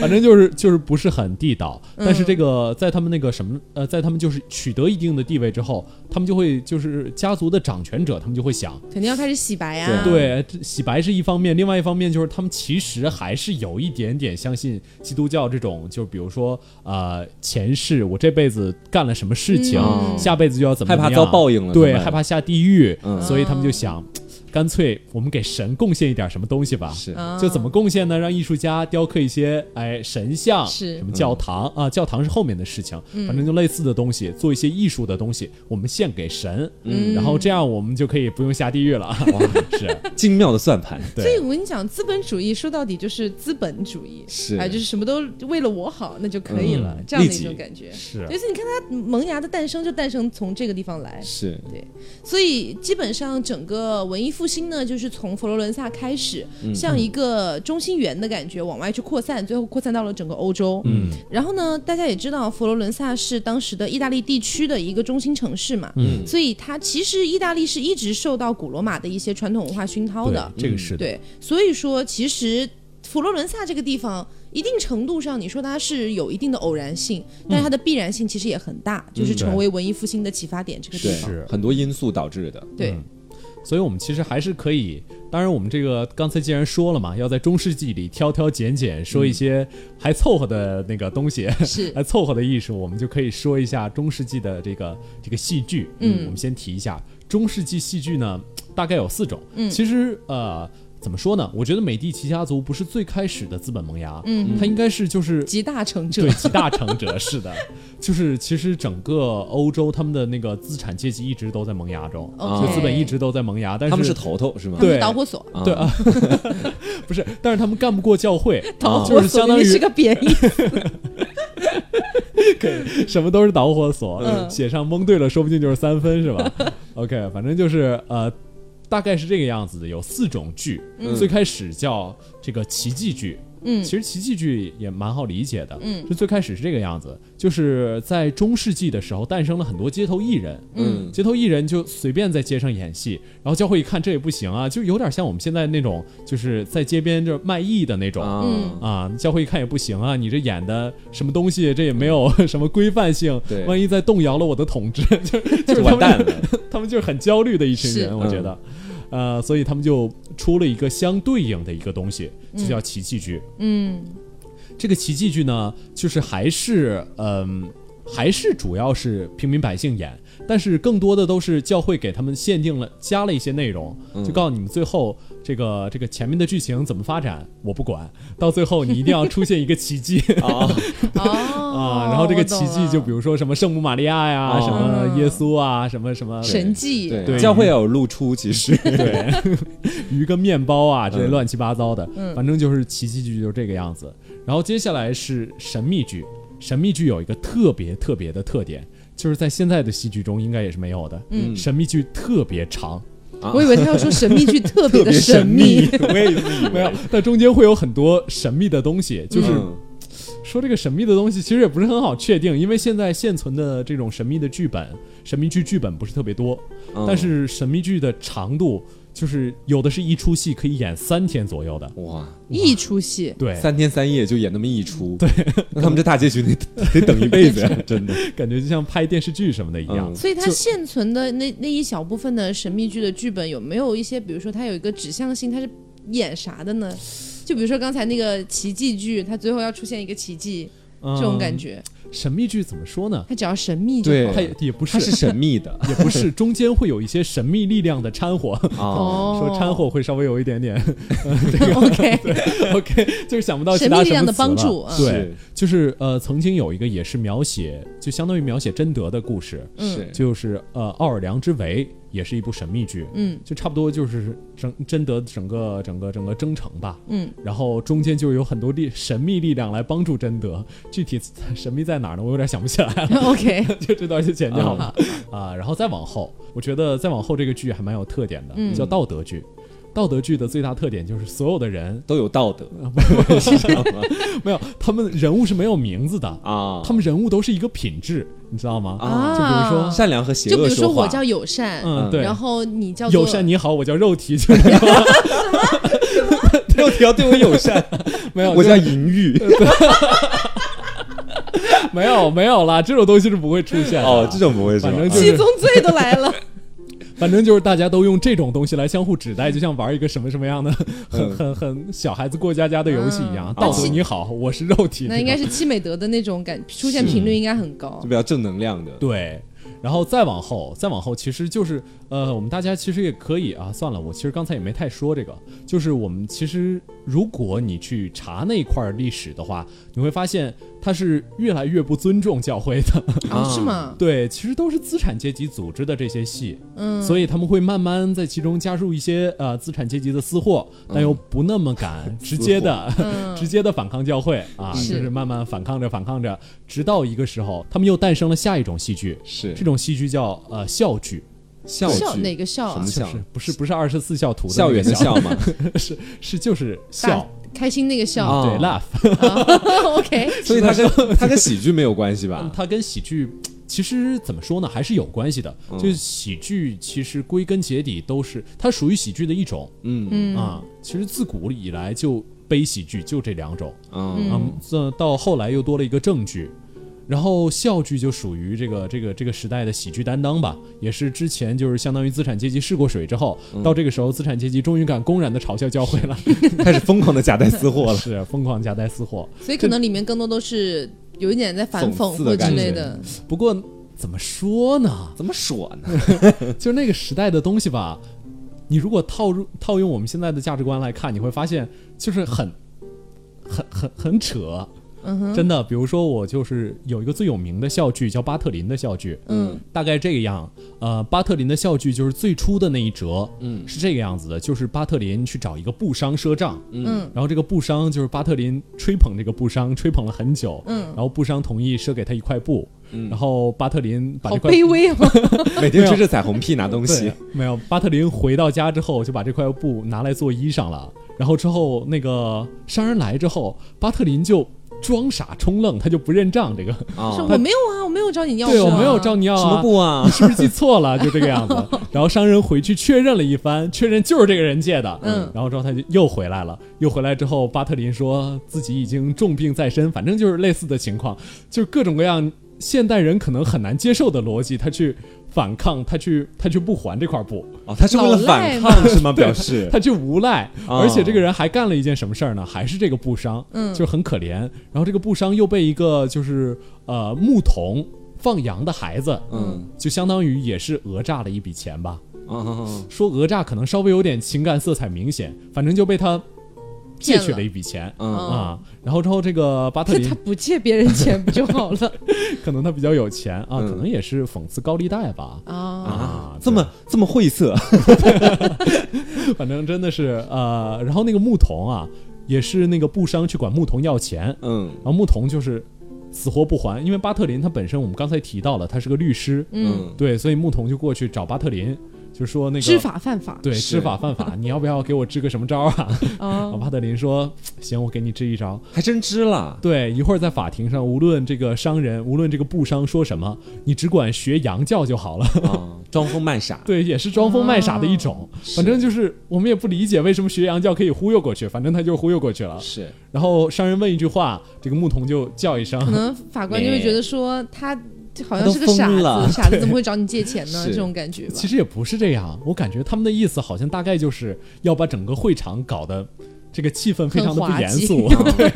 Speaker 2: 反正就是就是不是很地道。
Speaker 3: 嗯
Speaker 2: 但是这个在他们那个什么呃，在他们就是取得一定的地位之后，他们就会就是家族的掌权者，他们就会想，
Speaker 3: 嗯
Speaker 4: 肯定要开始洗白啊，
Speaker 2: 对，这洗白是一方面，另外一方面就是他们其实还是有一点点相信基督教这种，就比如说呃前世我这辈子干了什么事情，
Speaker 3: 嗯
Speaker 2: 下辈子就要怎么
Speaker 3: 害怕
Speaker 2: 怎么样
Speaker 3: 遭报应了
Speaker 2: 对，
Speaker 3: 怎么办
Speaker 2: 害怕下地狱，
Speaker 3: 嗯
Speaker 2: 所以他们就想，干脆我们给神贡献一点什么东西吧。
Speaker 3: 是
Speaker 4: 啊
Speaker 2: 就怎么贡献呢？让艺术家雕刻一些哎神像，
Speaker 4: 是嗯
Speaker 2: 什么教堂、啊？教堂是后面的事情，反正就类似的东西，做一些艺术的东西，我们献给神，嗯，然后这样我们就可以不用下地狱 了。 哇，
Speaker 4: 啊
Speaker 2: 是啊
Speaker 3: 精妙的算盘，
Speaker 2: 对
Speaker 4: 所以我跟你讲，资本主义说到底就是资本主义，
Speaker 3: 是
Speaker 4: 哎，就是什么都为了我好，那就可以了，
Speaker 2: 嗯
Speaker 4: 这样的
Speaker 3: 利
Speaker 4: 一
Speaker 3: 己
Speaker 4: 种感觉。
Speaker 2: 是
Speaker 4: 就是你看它萌芽的诞生，就诞生从这个地方来，
Speaker 3: 是
Speaker 4: 所以基本上整个文艺复兴呢，就是从佛罗伦萨开始，像一个中心圆的感觉往外去扩散，最后扩散到了整个欧洲。嗯，然后呢，大家也知道佛罗伦萨是当时的意大利地区的一个中心城市嘛，嗯，所以它其实意大利是一直受到古罗马的一些传统文化熏陶的，嗯
Speaker 2: 对这个是的，
Speaker 4: 对，所以说其实佛罗伦萨这个地方，一定程度上你说它是有一定的偶然性，但是它的必然性其实也很大，就是成为文艺复兴的启发点这个地
Speaker 3: 对，
Speaker 4: 方。
Speaker 2: 是
Speaker 3: 很多因素导致的，
Speaker 4: 对，
Speaker 2: 所以我们其实还是可以。当然，我们这个刚才既然说了嘛，要在中世纪里挑挑拣拣，说一些还凑合的那个东西，
Speaker 4: 是
Speaker 2: 来呃凑合的艺术，我们就可以说一下中世纪的这个这个戏剧。嗯，我们先提一下中世纪戏剧呢，大概有四种。嗯，其实呃。怎么说呢？我觉得美第奇家族不是最开始的资本萌芽，嗯，它应该是就是
Speaker 4: 集大成者
Speaker 2: 对，集大成者是的，就是其实整个欧洲他们的那个资产阶级一直都在萌芽中，
Speaker 4: OK
Speaker 2: 就资本一直都在萌芽，但是
Speaker 3: 他们是头头是吗？
Speaker 4: 他们
Speaker 2: 对
Speaker 4: 是导火索，
Speaker 3: 啊
Speaker 2: 对啊，不是，但是他们干不过教会，
Speaker 4: 导
Speaker 2: 啊就
Speaker 4: 火
Speaker 2: 是
Speaker 4: 索
Speaker 2: 相
Speaker 4: 明
Speaker 2: 当
Speaker 4: 明
Speaker 2: 于
Speaker 4: 是个贬义，
Speaker 2: 什么都是导火索，
Speaker 4: 嗯
Speaker 2: 写上蒙对了，说不定就是三分，是吧？OK，反正就是呃，大概是这个样子的。有四种剧，最开始叫这个奇迹剧。
Speaker 4: 嗯
Speaker 2: 其实奇迹剧也蛮好理解的，嗯，就最开始是这个样子，就是在中世纪的时候诞生了很多街头艺人，
Speaker 3: 嗯
Speaker 2: 街头艺人就随便在街上演戏，然后教会一看这也不行啊，就有点像我们现在那种就是在街边就卖艺的那种，
Speaker 3: 啊，
Speaker 4: 嗯
Speaker 2: 啊，教会一看也不行啊，你这演的什么东西，这也没有 什么规范性，
Speaker 3: 对
Speaker 2: 万一再动摇了我的统治， 就就是
Speaker 3: 就
Speaker 2: 他
Speaker 3: 完 蛋
Speaker 2: 们，
Speaker 3: 了，
Speaker 2: 他们就是很焦虑的一群
Speaker 4: 是
Speaker 2: 人，我觉得，呃，所以他们就出了一个相对应的一个东西，就叫奇迹剧。
Speaker 4: 嗯，
Speaker 2: 这个奇迹剧呢，就是还是嗯、还是主要是平民百姓演，但是更多的都是教会给他们限定了加了一些内容，就告诉你们最后这个这个前面的剧情怎么发展，我不管，到最后你一定要出现一个奇迹
Speaker 3: 啊，
Speaker 4: 哦，
Speaker 2: 啊，然后这个
Speaker 4: 我
Speaker 2: 奇
Speaker 4: 懂
Speaker 2: 迹
Speaker 4: 了
Speaker 2: 就比如说什么圣母玛利亚呀，
Speaker 3: 哦
Speaker 2: 什么耶稣啊，什么什么
Speaker 4: 神迹，
Speaker 3: 对，
Speaker 2: 对
Speaker 3: 教会要有露出，其实
Speaker 2: 对，鱼跟面包啊这类
Speaker 3: 嗯
Speaker 2: 乱七八糟的，反正就是奇迹剧就这个样子。然后接下来是神秘剧，神秘剧有一个特别特别的特点，就是在现在的戏剧中应该也是没有的。嗯，神秘剧特别长，
Speaker 4: 我以为他要说神秘 剧特别
Speaker 3: 啊特
Speaker 4: 的
Speaker 3: 别神
Speaker 4: 啊 秘，
Speaker 3: 我也是以为
Speaker 2: 没有，但中间会有很多神秘的东西，就是
Speaker 3: 嗯
Speaker 2: 说这个神秘的东西其实也不是很好确定，因为现在现存的这种神秘的剧本，神秘剧剧本不是特别多，
Speaker 3: 嗯
Speaker 2: 但是神秘剧的长度就是有的是一出戏可以演三天左右的。
Speaker 3: 哇，
Speaker 4: 一出戏，
Speaker 2: 对，
Speaker 3: 三天三夜就演那么一出，对，那他们这大结局得得等一辈子呀，真的
Speaker 2: 感觉就像拍电视剧什么的一样。
Speaker 3: 嗯
Speaker 4: 所以它
Speaker 2: 就
Speaker 4: 现存的那那一小部分的神秘剧的剧本有没有一些，比如说它有一个指向性，它是演啥的
Speaker 3: 嗯
Speaker 4: 呢？就比如说刚才那个奇迹剧，它最后要出现一个奇迹，这种感觉，
Speaker 2: 嗯神秘剧怎么说呢？
Speaker 4: 它只要神秘就
Speaker 3: 对
Speaker 4: 好
Speaker 2: 它也也不
Speaker 3: 它
Speaker 2: 是，
Speaker 3: 是神秘的
Speaker 2: 也不是，中间会有一些神秘力量的掺 和。
Speaker 3: 啊，
Speaker 4: 哦，
Speaker 2: 说掺和会稍微有一点 点
Speaker 4: OK，
Speaker 2: ，OK，就是想不到其
Speaker 4: 神
Speaker 2: 他
Speaker 4: 秘力
Speaker 2: 什
Speaker 4: 量
Speaker 2: 么
Speaker 4: 的
Speaker 2: 词了
Speaker 4: 帮助，啊
Speaker 2: 对，就是呃，曾经有一个也是描写，就相当于描写贞德的故事，
Speaker 3: 是
Speaker 2: 就是呃，奥尔良之围也是一部神秘剧，
Speaker 4: 嗯
Speaker 2: 就差不多就是整贞德整个整个整个征程吧，
Speaker 4: 嗯，
Speaker 2: 然后中间就有很多力神秘力量来帮助贞德，具体神秘在哪儿呢？我有点想不起来了。
Speaker 4: ，OK，
Speaker 2: 就这段就剪掉了
Speaker 3: 嗯
Speaker 2: 啊，然后再往后，我觉得再往后这个剧还蛮有特点的，
Speaker 3: 嗯
Speaker 2: 叫道德剧。道德剧的最大特点就是所有的人
Speaker 3: 都有道德
Speaker 2: 没有，他们人物是没有名字的，
Speaker 3: 啊，
Speaker 2: 他们人物都是一个品质，你知道吗？
Speaker 3: 啊
Speaker 2: 就比如说
Speaker 3: 善良和邪
Speaker 4: 就比
Speaker 3: 恶
Speaker 4: 如说我
Speaker 3: 话，
Speaker 4: 叫友善，
Speaker 2: 嗯，对。
Speaker 4: 然后你叫做
Speaker 2: 友 善你好，我叫肉体，就是
Speaker 3: 肉体要对我友善，
Speaker 2: 没有，
Speaker 3: 我
Speaker 2: 就
Speaker 3: 叫淫欲
Speaker 2: 没有没有啦，这种东西是不会出现的
Speaker 3: 哦，这种不会是吧？
Speaker 2: 反正就
Speaker 4: 七宗罪都来了，
Speaker 2: 反正就是大家都用这种东西来相互指代，就像玩一个什么什么样的很
Speaker 3: 嗯
Speaker 2: 很很小孩子过家家的游戏一样。道
Speaker 4: 嗯
Speaker 2: 德
Speaker 4: 但是
Speaker 2: 你好，我是肉体，
Speaker 4: 那应该是七美德的那种感，出现频率应该很高
Speaker 3: 就比，较正能量的，
Speaker 2: 对，然后再往后，再往后，其实就是呃，我们大家其实也可以啊，算了，我其实刚才也没太说这个，就是我们其实如果你去查那块儿历史的话，你会发现它是越来越不尊重教会的。
Speaker 4: 哦是吗？
Speaker 2: 对，其实都是资产阶级组织的这些戏，
Speaker 4: 嗯，
Speaker 2: 所以他们会慢慢在其中加入一些呃资产阶级的私货，但又不那么敢直接的、
Speaker 4: 嗯
Speaker 2: 直接的反抗教会啊，
Speaker 4: 是
Speaker 2: 就是慢慢反抗着反抗着，直到一个时候，他们又诞生了下一种戏剧，
Speaker 3: 是
Speaker 2: 这种戏剧叫呃校剧，
Speaker 3: 校
Speaker 4: 笑
Speaker 3: 剧
Speaker 4: 哪个笑
Speaker 3: 什
Speaker 4: 啊
Speaker 3: 么？
Speaker 2: 就
Speaker 3: 校
Speaker 2: 是不是不是二十四孝图的
Speaker 3: 校园的
Speaker 2: 校
Speaker 3: 校，嘛，
Speaker 2: 是是就是
Speaker 4: 大
Speaker 2: 笑。
Speaker 4: 开心那个笑啊
Speaker 3: 啊
Speaker 2: 对，laugh，
Speaker 4: ，OK，
Speaker 3: 所以它跟它跟喜剧没有关系吧？
Speaker 2: 它跟喜剧其实怎么说呢，还是有关系的。就是喜剧其实归根结底都是它属于喜剧的一种，
Speaker 3: 嗯
Speaker 2: 啊，其实自古以来就悲喜剧就这两种，
Speaker 3: 嗯
Speaker 2: 嗯，这到后来又多了一个正剧，然后笑剧就属于这个这个这个时代的喜剧担当吧，也是之前就是相当于资产阶级试过水之后，到这个时候资产阶级终于敢公然的嘲笑教会了，
Speaker 3: 开始疯狂的夹带私货 了，
Speaker 2: 是疯狂夹带私货。
Speaker 4: 所以可能里面更多都是有一点在反讽
Speaker 3: 讽刺
Speaker 4: 或
Speaker 3: 的
Speaker 4: 之
Speaker 3: 感
Speaker 4: 类
Speaker 3: 觉
Speaker 4: 的，
Speaker 2: 不过怎么说呢，
Speaker 3: 怎么说呢？
Speaker 2: 就是那个时代的东西吧，你如果套入套用我们现在的价值观来看，你会发现就是很很很很扯。
Speaker 4: 嗯
Speaker 2: 真的，比如说我就是有一个最有名的校剧叫巴特林的校剧，
Speaker 4: 嗯，
Speaker 2: 大概这个样。呃，巴特林的校剧就是最初的那一折，
Speaker 3: 嗯
Speaker 2: 是这个样子的，就是巴特林去找一个布商赊账，
Speaker 4: 嗯
Speaker 2: 然后这个布商就是巴特林吹捧这个布商，吹捧了很久，
Speaker 4: 嗯
Speaker 2: 然后布商同意赊给他一块布，
Speaker 3: 嗯
Speaker 2: 然后巴特林把
Speaker 4: 好
Speaker 2: 这块
Speaker 4: 卑微哦，
Speaker 3: 每天追着彩虹屁拿东
Speaker 2: 对，
Speaker 3: 西，
Speaker 2: 没有，巴特林回到家之后就把这块布拿来做衣裳了。然后之后那个商人来之后，巴特林就装傻充愣，他就不认账。这个，
Speaker 3: 啊
Speaker 4: 说我没有啊，我没有找你要，
Speaker 2: 对我没有照，你要
Speaker 3: 什
Speaker 2: 啊
Speaker 3: 么，布啊
Speaker 2: 你？是不是记错了？就这个 样子。然后商人回去确认了一番，确认就是这个人借的。
Speaker 4: 嗯
Speaker 2: 然后之后他就又回来了。又回来之后，巴特林说自己已经重病在身，反正就是类似的情况，就是各种各样现代人可能很难接受的逻辑，他去反抗，他去他去不还这块布。
Speaker 3: 哦，他是为了反
Speaker 4: 老赖
Speaker 3: 抗是吗？表 示
Speaker 2: 他去无赖，
Speaker 3: 哦
Speaker 2: 而且这个人还干了一件什么事儿呢？还是这个布商，
Speaker 4: 嗯
Speaker 2: 就很可怜。然后这个布商又被一个就是呃牧童放羊的孩子，
Speaker 3: 嗯，
Speaker 2: 就相当于也是讹诈了一笔钱吧。
Speaker 3: 啊啊啊
Speaker 2: 说讹诈可能稍微有点情感色彩明显，反正就被他借去
Speaker 4: 骗
Speaker 2: 了
Speaker 4: 了
Speaker 2: 一笔钱。
Speaker 3: 嗯
Speaker 2: 啊，然后之后这个巴特
Speaker 4: 他
Speaker 2: 林
Speaker 4: 他不借别人钱不就好了
Speaker 2: 可能他比较有钱啊，
Speaker 3: 嗯
Speaker 2: 可能也是讽刺高利贷吧。
Speaker 4: 啊？
Speaker 2: 啊，
Speaker 3: 这么这么晦涩，
Speaker 2: 反正真的是呃，然后那个牧童啊，也是那个布商去管牧童要钱，
Speaker 3: 嗯
Speaker 2: 然后牧童就是死活不还，因为巴特林他本身我们刚才提到了，他是个律师，
Speaker 4: 嗯，
Speaker 2: 对，所以牧童就过去找巴特林，就说那个
Speaker 4: 知法犯法
Speaker 2: 对
Speaker 3: 是
Speaker 2: 知法犯法，你要不要给我支个什么招啊？然后
Speaker 4: 啊，
Speaker 2: 巴特林说行，我给你支一招。
Speaker 3: 还真 知了，
Speaker 2: 对，一会儿在法庭上，无论这个商人，无论这个布商说什么，你只管学洋教就好了。
Speaker 3: 啊，装疯卖傻，
Speaker 2: 对，也是装疯卖傻的一种。
Speaker 4: 啊
Speaker 2: 反正就是我们也不理解为什么学洋教可以忽悠过去，反正他就忽悠过去了。
Speaker 3: 是
Speaker 2: 然后商人问一句话，这个牧童就叫一声，
Speaker 4: 可能法官就会觉得说他。好像是个
Speaker 3: 啊他都疯
Speaker 4: 傻
Speaker 3: 了
Speaker 4: 子， 傻子怎么会找你借钱呢？
Speaker 3: 是
Speaker 4: 这种感觉吧
Speaker 2: 其。实也不是这样，我感觉他们的意思好像大概就是要把整个会场搞得这个气氛非常的不严肃
Speaker 4: 很滑，
Speaker 2: 对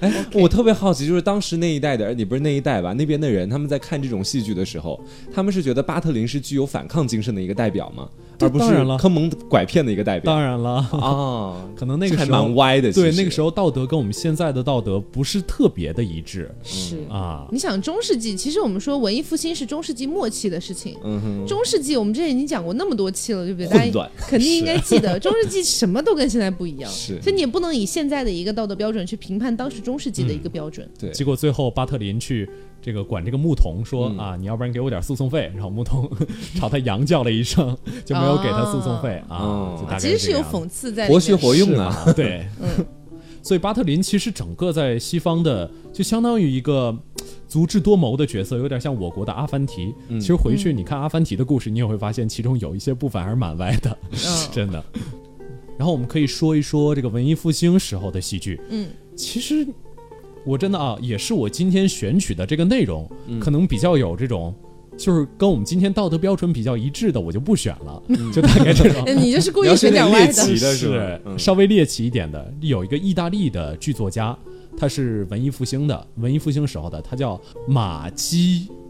Speaker 3: 哎我特别好奇，就是当时那一代的，哎你不是那一代吧？那边的人他们在看这种戏剧的时候，他们是觉得巴特林是具有反抗精神的一个代表吗？
Speaker 2: 对
Speaker 3: 而不
Speaker 2: 当然了
Speaker 3: 是坑蒙拐骗的一个代表
Speaker 2: 当然了，
Speaker 3: 啊？
Speaker 2: 可能那
Speaker 3: 这
Speaker 2: 个
Speaker 3: 还
Speaker 2: 时候
Speaker 3: 蛮歪的，
Speaker 2: 对那个时
Speaker 3: 候
Speaker 2: 候道德跟我们现在的道德不是特别的一致
Speaker 4: 是
Speaker 2: 啊。
Speaker 4: 你想中世纪，其实我们说文艺复兴是中世纪末期的事情。
Speaker 3: 嗯哼
Speaker 4: 中世纪我们之前已经讲过那么多期了，对不对？
Speaker 3: 混
Speaker 4: 大
Speaker 3: 乱
Speaker 4: 家肯定应该记得，中世纪什么都跟现在不一样，
Speaker 3: 是
Speaker 4: 所以你也不能以现在的一个道德标准去评判当时中世纪
Speaker 3: 嗯
Speaker 4: 的一个标准。
Speaker 3: 对
Speaker 2: 结果最后巴特林去这个管这个牧童说、啊，你要不然给我点诉讼费，然后牧童 朝他羊叫了一声，就没有给他诉讼费啊，
Speaker 3: 哦
Speaker 2: 就大概
Speaker 4: 其实
Speaker 2: 是
Speaker 4: 是
Speaker 2: 这
Speaker 4: 有
Speaker 2: 样
Speaker 4: 讽刺在里
Speaker 3: 活
Speaker 4: 面。
Speaker 3: 学活用啊，
Speaker 2: 是吧对，
Speaker 4: 嗯
Speaker 2: 所以巴特林其实整个在西方的就相当于一个嘖足智多谋的角色，有点像我国的阿凡提。其实回去你看阿凡提的故事，你也会发现其中有一些部分还是蛮歪的，
Speaker 4: 嗯
Speaker 2: 真的。然后我们可以说一说这个文艺复兴时候的戏剧，
Speaker 4: 嗯，
Speaker 2: 其实我真的啊，也是我今天选取的这个内容，可能比较有这种。就是跟我们今天道德标准比较一致的，我就不选了，就大概这种。
Speaker 4: 哎你这是故
Speaker 3: 你要
Speaker 4: 意
Speaker 3: 是
Speaker 4: 选点
Speaker 3: 猎
Speaker 4: 歪
Speaker 3: 奇
Speaker 4: 的。
Speaker 3: 的是吧
Speaker 2: 是
Speaker 3: 嗯
Speaker 2: 稍微猎奇一点的，有一个意大利的剧作家，他是文艺复兴的，文艺复兴时候的，他叫马基。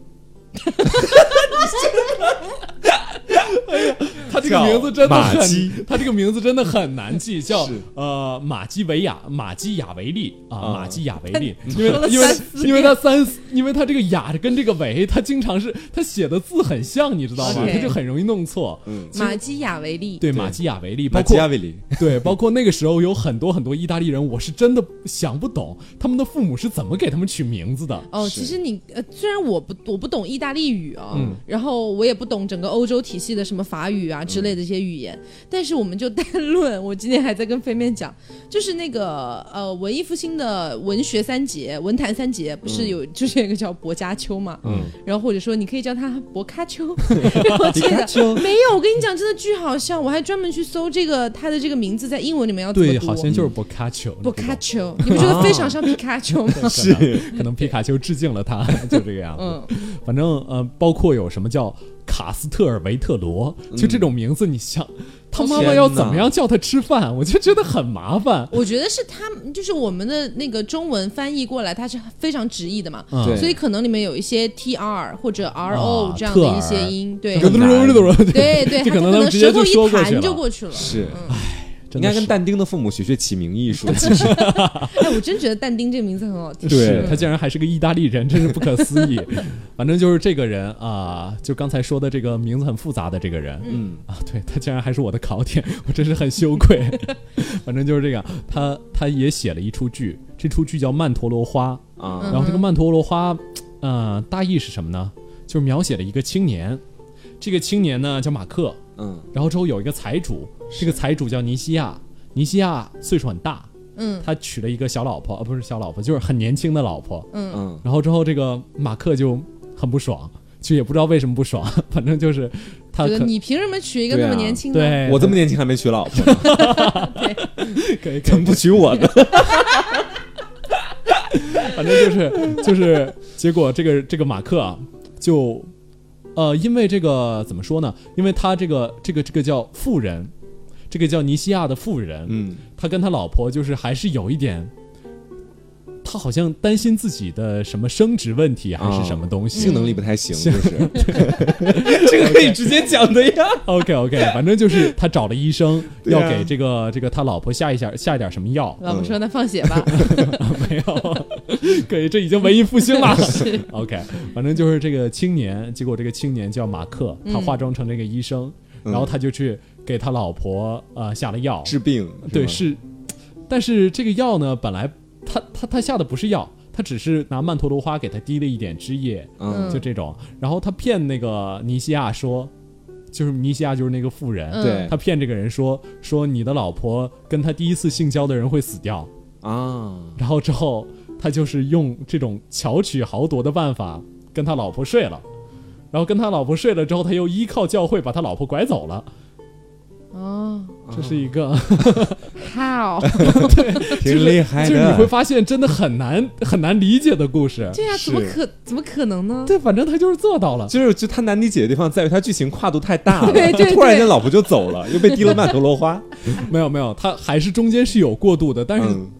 Speaker 2: 他这个名字真的
Speaker 3: 叫马基
Speaker 2: 很， 他这个名字真的很难记，叫
Speaker 3: 是
Speaker 2: 呃马基维亚、马基亚维利啊，
Speaker 3: 啊
Speaker 2: 马基亚维利，因
Speaker 4: 说
Speaker 2: 为
Speaker 4: 了
Speaker 2: 因为
Speaker 4: 三四遍
Speaker 2: 因为他三，因为他这个雅跟这个维，他经常是他写的字很像，你知道吗？
Speaker 4: 是
Speaker 2: 他就很容易弄错。
Speaker 4: 马基雅维利，
Speaker 2: 对，马基亚维利，包
Speaker 3: 嗯马
Speaker 2: 括
Speaker 3: 基亚维里，
Speaker 2: 对，包括那个时候有很多很多意大利人，我是真的想不懂他们的父母是怎么给他们取名字的。
Speaker 4: 哦，
Speaker 3: 是
Speaker 4: 其实你呃，虽然我不我不懂意大利语啊、
Speaker 2: 嗯
Speaker 4: 然后我也不懂整个欧洲体系的什么法语啊之类的一些语言，但是我们就单论，我今天还在跟飞面讲，就是那个呃文艺复兴的文学三杰、文坛三杰，不
Speaker 2: 嗯
Speaker 4: 是有、就是有一个叫薄伽丘嘛，嗯，然后或者说你可以叫他薄喀丘，
Speaker 2: 嗯
Speaker 4: 然后这个 没有，我跟你讲，真的巨好笑，我还专门去搜这个他的这个名字在英文里面要怎么
Speaker 2: 对，
Speaker 4: 读，
Speaker 2: 好像啊就是博卡丘，
Speaker 4: 薄喀丘，你不觉得非常像皮卡丘吗？
Speaker 2: 是可能皮卡丘致敬了他，就这个样子。反正呃，包括有什么叫卡斯特尔维特罗，就这种名字，你想他妈妈要怎么样叫他吃饭，我就觉得很麻烦。
Speaker 4: 我觉得是他们，就是我们的那个中文翻译过来，它是非常直译的嘛，
Speaker 2: 嗯
Speaker 3: 对
Speaker 4: 所以可能里面有一些 T R 或者 R
Speaker 2: 啊
Speaker 4: O 这样的
Speaker 2: 特
Speaker 4: 一些
Speaker 2: 尔
Speaker 4: 音，对
Speaker 2: 对
Speaker 3: 更难
Speaker 4: 对对，
Speaker 2: 这
Speaker 4: 它
Speaker 2: 可能他们直接
Speaker 4: 舌
Speaker 2: 就
Speaker 4: 头
Speaker 2: 说过
Speaker 4: 一
Speaker 2: 去
Speaker 4: 弹就
Speaker 2: 了，
Speaker 4: 过去了。
Speaker 3: 是
Speaker 2: 嗯真
Speaker 3: 应
Speaker 2: 的
Speaker 3: 该跟
Speaker 2: 是
Speaker 3: 但丁的父母学学起名艺术，其实
Speaker 4: 哎，我真觉得但丁这个名字很 好听。
Speaker 3: 对
Speaker 2: 是他竟然还是个意大利人，真是不可思 议。反正就是这个人啊、就刚才说的这个名字很复杂的这个人，嗯啊，对他竟然还是我的考点，我真是很羞愧。 反正就是这样，他他也写了一出剧，这出剧叫《曼陀罗花》，
Speaker 3: 啊，
Speaker 2: 然后这个曼陀罗花，呃，大意是什么呢？就是描写了一个青年，这个青年呢叫马克，
Speaker 3: 嗯，
Speaker 2: 然后之后有一个财主，这个财主叫尼西亚，尼西亚岁数很大，
Speaker 4: 嗯，
Speaker 2: 他娶了一个小老婆，呃，不是小老婆，就是很年轻的老婆，
Speaker 3: 嗯，
Speaker 2: 然后之后这个马克就很不爽，就也不知道为什么不爽， 反正就是他
Speaker 4: 觉得
Speaker 2: 可
Speaker 4: 你凭什么娶一个那么年轻的？，
Speaker 2: 对
Speaker 3: 我这么年轻还没娶老 婆，
Speaker 2: 可以
Speaker 3: 怎么不娶我呢？
Speaker 2: 反正就是 就是，结果这个这个马克啊，就呃，因为这个怎么说呢？因为他这个这个这个叫富人，这个叫尼西亚的富人，
Speaker 3: 嗯，
Speaker 2: 他跟他老婆就是还是有一点。他好像担心自己的什么升职问题
Speaker 3: 啊
Speaker 2: 还是什么东西，
Speaker 3: 性能力不太行，就是嗯 这个可以直接讲的呀。
Speaker 2: OK OK，反正就是他找了医生，
Speaker 3: 对啊
Speaker 2: 要给这个这个他老婆下一下下一点什么药
Speaker 4: 老婆说那放血吧，
Speaker 2: 嗯没有，可以，这已经文艺复兴 了。OK，反正就是这个青年，结果这个青年叫马克，
Speaker 3: 嗯
Speaker 2: 他化妆成这个医生，然后他就去给他老婆呃下了药，
Speaker 3: 治 病
Speaker 2: 对
Speaker 3: 是吗
Speaker 2: 是，但是这个药呢，本来他他他下的不是药，他只是拿曼陀罗花给他滴了一点汁液，
Speaker 3: 嗯
Speaker 2: 就这种，然后他骗那个尼西亚说，就是尼西亚就是那个富人，
Speaker 4: 嗯
Speaker 3: 对
Speaker 2: 他骗这个人说说你的老婆跟他第一次性交的人会死掉，
Speaker 3: 啊，
Speaker 2: 然后之后他就是用这种巧取豪夺的办法跟他老婆睡了，然后跟他老婆睡了之后，他又依靠教会把他老婆拐走了。
Speaker 4: 哦，
Speaker 2: 这是一个，
Speaker 4: 好，
Speaker 3: 挺厉 害
Speaker 2: 就是你会
Speaker 3: 的。
Speaker 2: 发现真的很难很难理解的故事。
Speaker 4: 对呀、怎么可怎么可能呢？
Speaker 2: 对，反正他就是做到了。
Speaker 3: 就是就他难理解的地方在于他剧情跨度太大了，
Speaker 4: 对对
Speaker 3: 就突然间
Speaker 4: 对
Speaker 3: 老婆就走了，又被提了曼陀罗花。
Speaker 2: 没有没有，他还是中间是有过渡的，但是
Speaker 3: 嗯，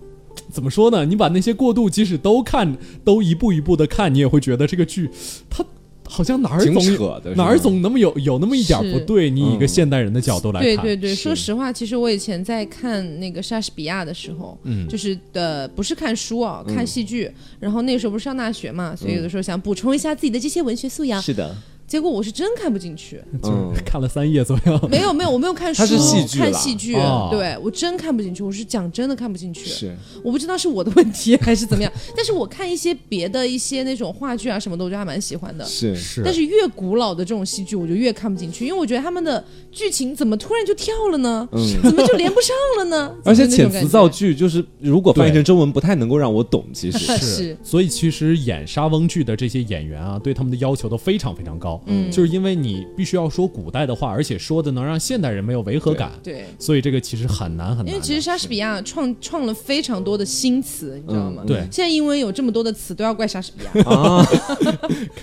Speaker 2: 怎么说呢？你把那些过渡即使都看，都一步一步的看，你也会觉得这个剧它好像哪儿
Speaker 3: 挺
Speaker 2: 总
Speaker 3: 扯的，
Speaker 2: 哪儿
Speaker 3: 是吗
Speaker 2: 总那么有有那么一点儿不
Speaker 4: 是
Speaker 2: 对。你以一个
Speaker 3: 嗯
Speaker 2: 现代人的角度来看，
Speaker 4: 对对对，
Speaker 3: 是
Speaker 4: 说实话，其实我以前在看那个莎士比亚的时候，
Speaker 3: 嗯
Speaker 4: 就是呃，不是看书啊，看戏剧。然后那个时候不是上大学嘛，所以有的时候想补充一下自己的这些文学素养。
Speaker 3: 是的，
Speaker 4: 结果我是真看不进去，
Speaker 2: 就
Speaker 3: 嗯
Speaker 2: 是看了三页左右。
Speaker 4: 没有没有，我没有看书，
Speaker 3: 它是戏剧啦啊
Speaker 4: 看戏剧，
Speaker 2: 哦
Speaker 4: 对我真看不进去，我是讲真的看不进去。
Speaker 3: 是
Speaker 4: 我不知道是我的问题还是怎么样，但是我看一些别的一些那种话剧啊什么的，我觉得还蛮喜欢的。
Speaker 3: 是
Speaker 2: 是
Speaker 4: 但是越古老的这种戏剧，我就越看不进去，因为我觉得他们的剧情怎么突然就跳了呢？
Speaker 3: 嗯
Speaker 4: 怎么就连不上了呢？
Speaker 3: 而且
Speaker 4: 怎么
Speaker 3: 遣
Speaker 4: 就那
Speaker 3: 词
Speaker 4: 种
Speaker 3: 造
Speaker 4: 感觉
Speaker 3: 句就是，如果翻译成中文不太能够让我懂，其实
Speaker 4: 是
Speaker 2: 所以其实演莎翁剧的这些演员啊，对他们的要求都非常非常高，
Speaker 4: 嗯
Speaker 2: 就是因为你必须要说古代的话，而且说的能让现代人没有违和感，
Speaker 4: 对，
Speaker 2: 所以这个其实很难很难的。
Speaker 4: 因为其实莎士比亚创创了非常多的新词，你知道吗？
Speaker 3: 嗯
Speaker 2: 对
Speaker 4: 现在英文有这么多的词都要怪莎士比亚，
Speaker 3: 啊，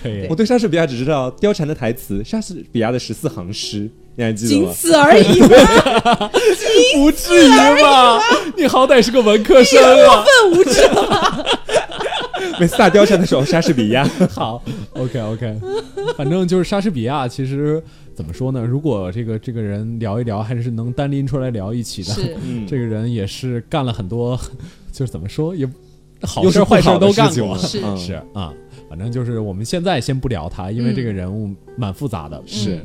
Speaker 2: 可以
Speaker 3: 我对莎士比亚只知道貂蝉的台词，莎士比亚的十四行诗，你还记得
Speaker 4: 仅
Speaker 3: 吗？
Speaker 4: 此而已嘛，
Speaker 2: 不至于吧？你好歹是个文科生啊。
Speaker 4: 本无知。
Speaker 3: 每次打貂蝉的时候，莎士比亚
Speaker 2: 好，OK OK，反正就是莎士比亚，其实怎么说呢？如果这个这个人聊一聊，还是能单拎出来聊一起的。
Speaker 4: 是
Speaker 2: 这个人也是干了很多， 就是怎么说也 好
Speaker 3: 又
Speaker 2: 事
Speaker 3: 是
Speaker 2: 儿坏
Speaker 3: 坏
Speaker 2: 事儿都干过
Speaker 3: 过，。
Speaker 4: 是
Speaker 3: 嗯
Speaker 2: 是啊、反正就是我们现在先不聊他，因为
Speaker 4: 嗯
Speaker 2: 这个人物蛮复杂的。嗯
Speaker 3: 是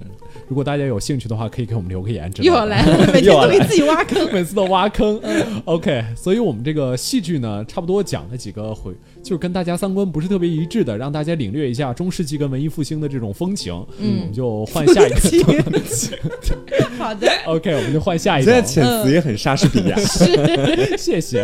Speaker 2: 如果大家有兴趣的话，可以给我们留个言之类
Speaker 4: 又
Speaker 2: 的。
Speaker 4: 要来了，每天都给自己挖 坑。
Speaker 2: 每次都挖坑。OK，所以我们这个戏剧呢，差不多讲了几个回，就是跟大家三观不是特别一致的，让大家领略一下中世纪跟文艺复兴的这种风情。
Speaker 4: 嗯
Speaker 2: 我们就换下一个。
Speaker 4: 好的，
Speaker 2: OK，我们就换下一
Speaker 3: 你现
Speaker 2: 个
Speaker 3: 在。遣词也很莎士比亚，
Speaker 2: 嗯 谢谢。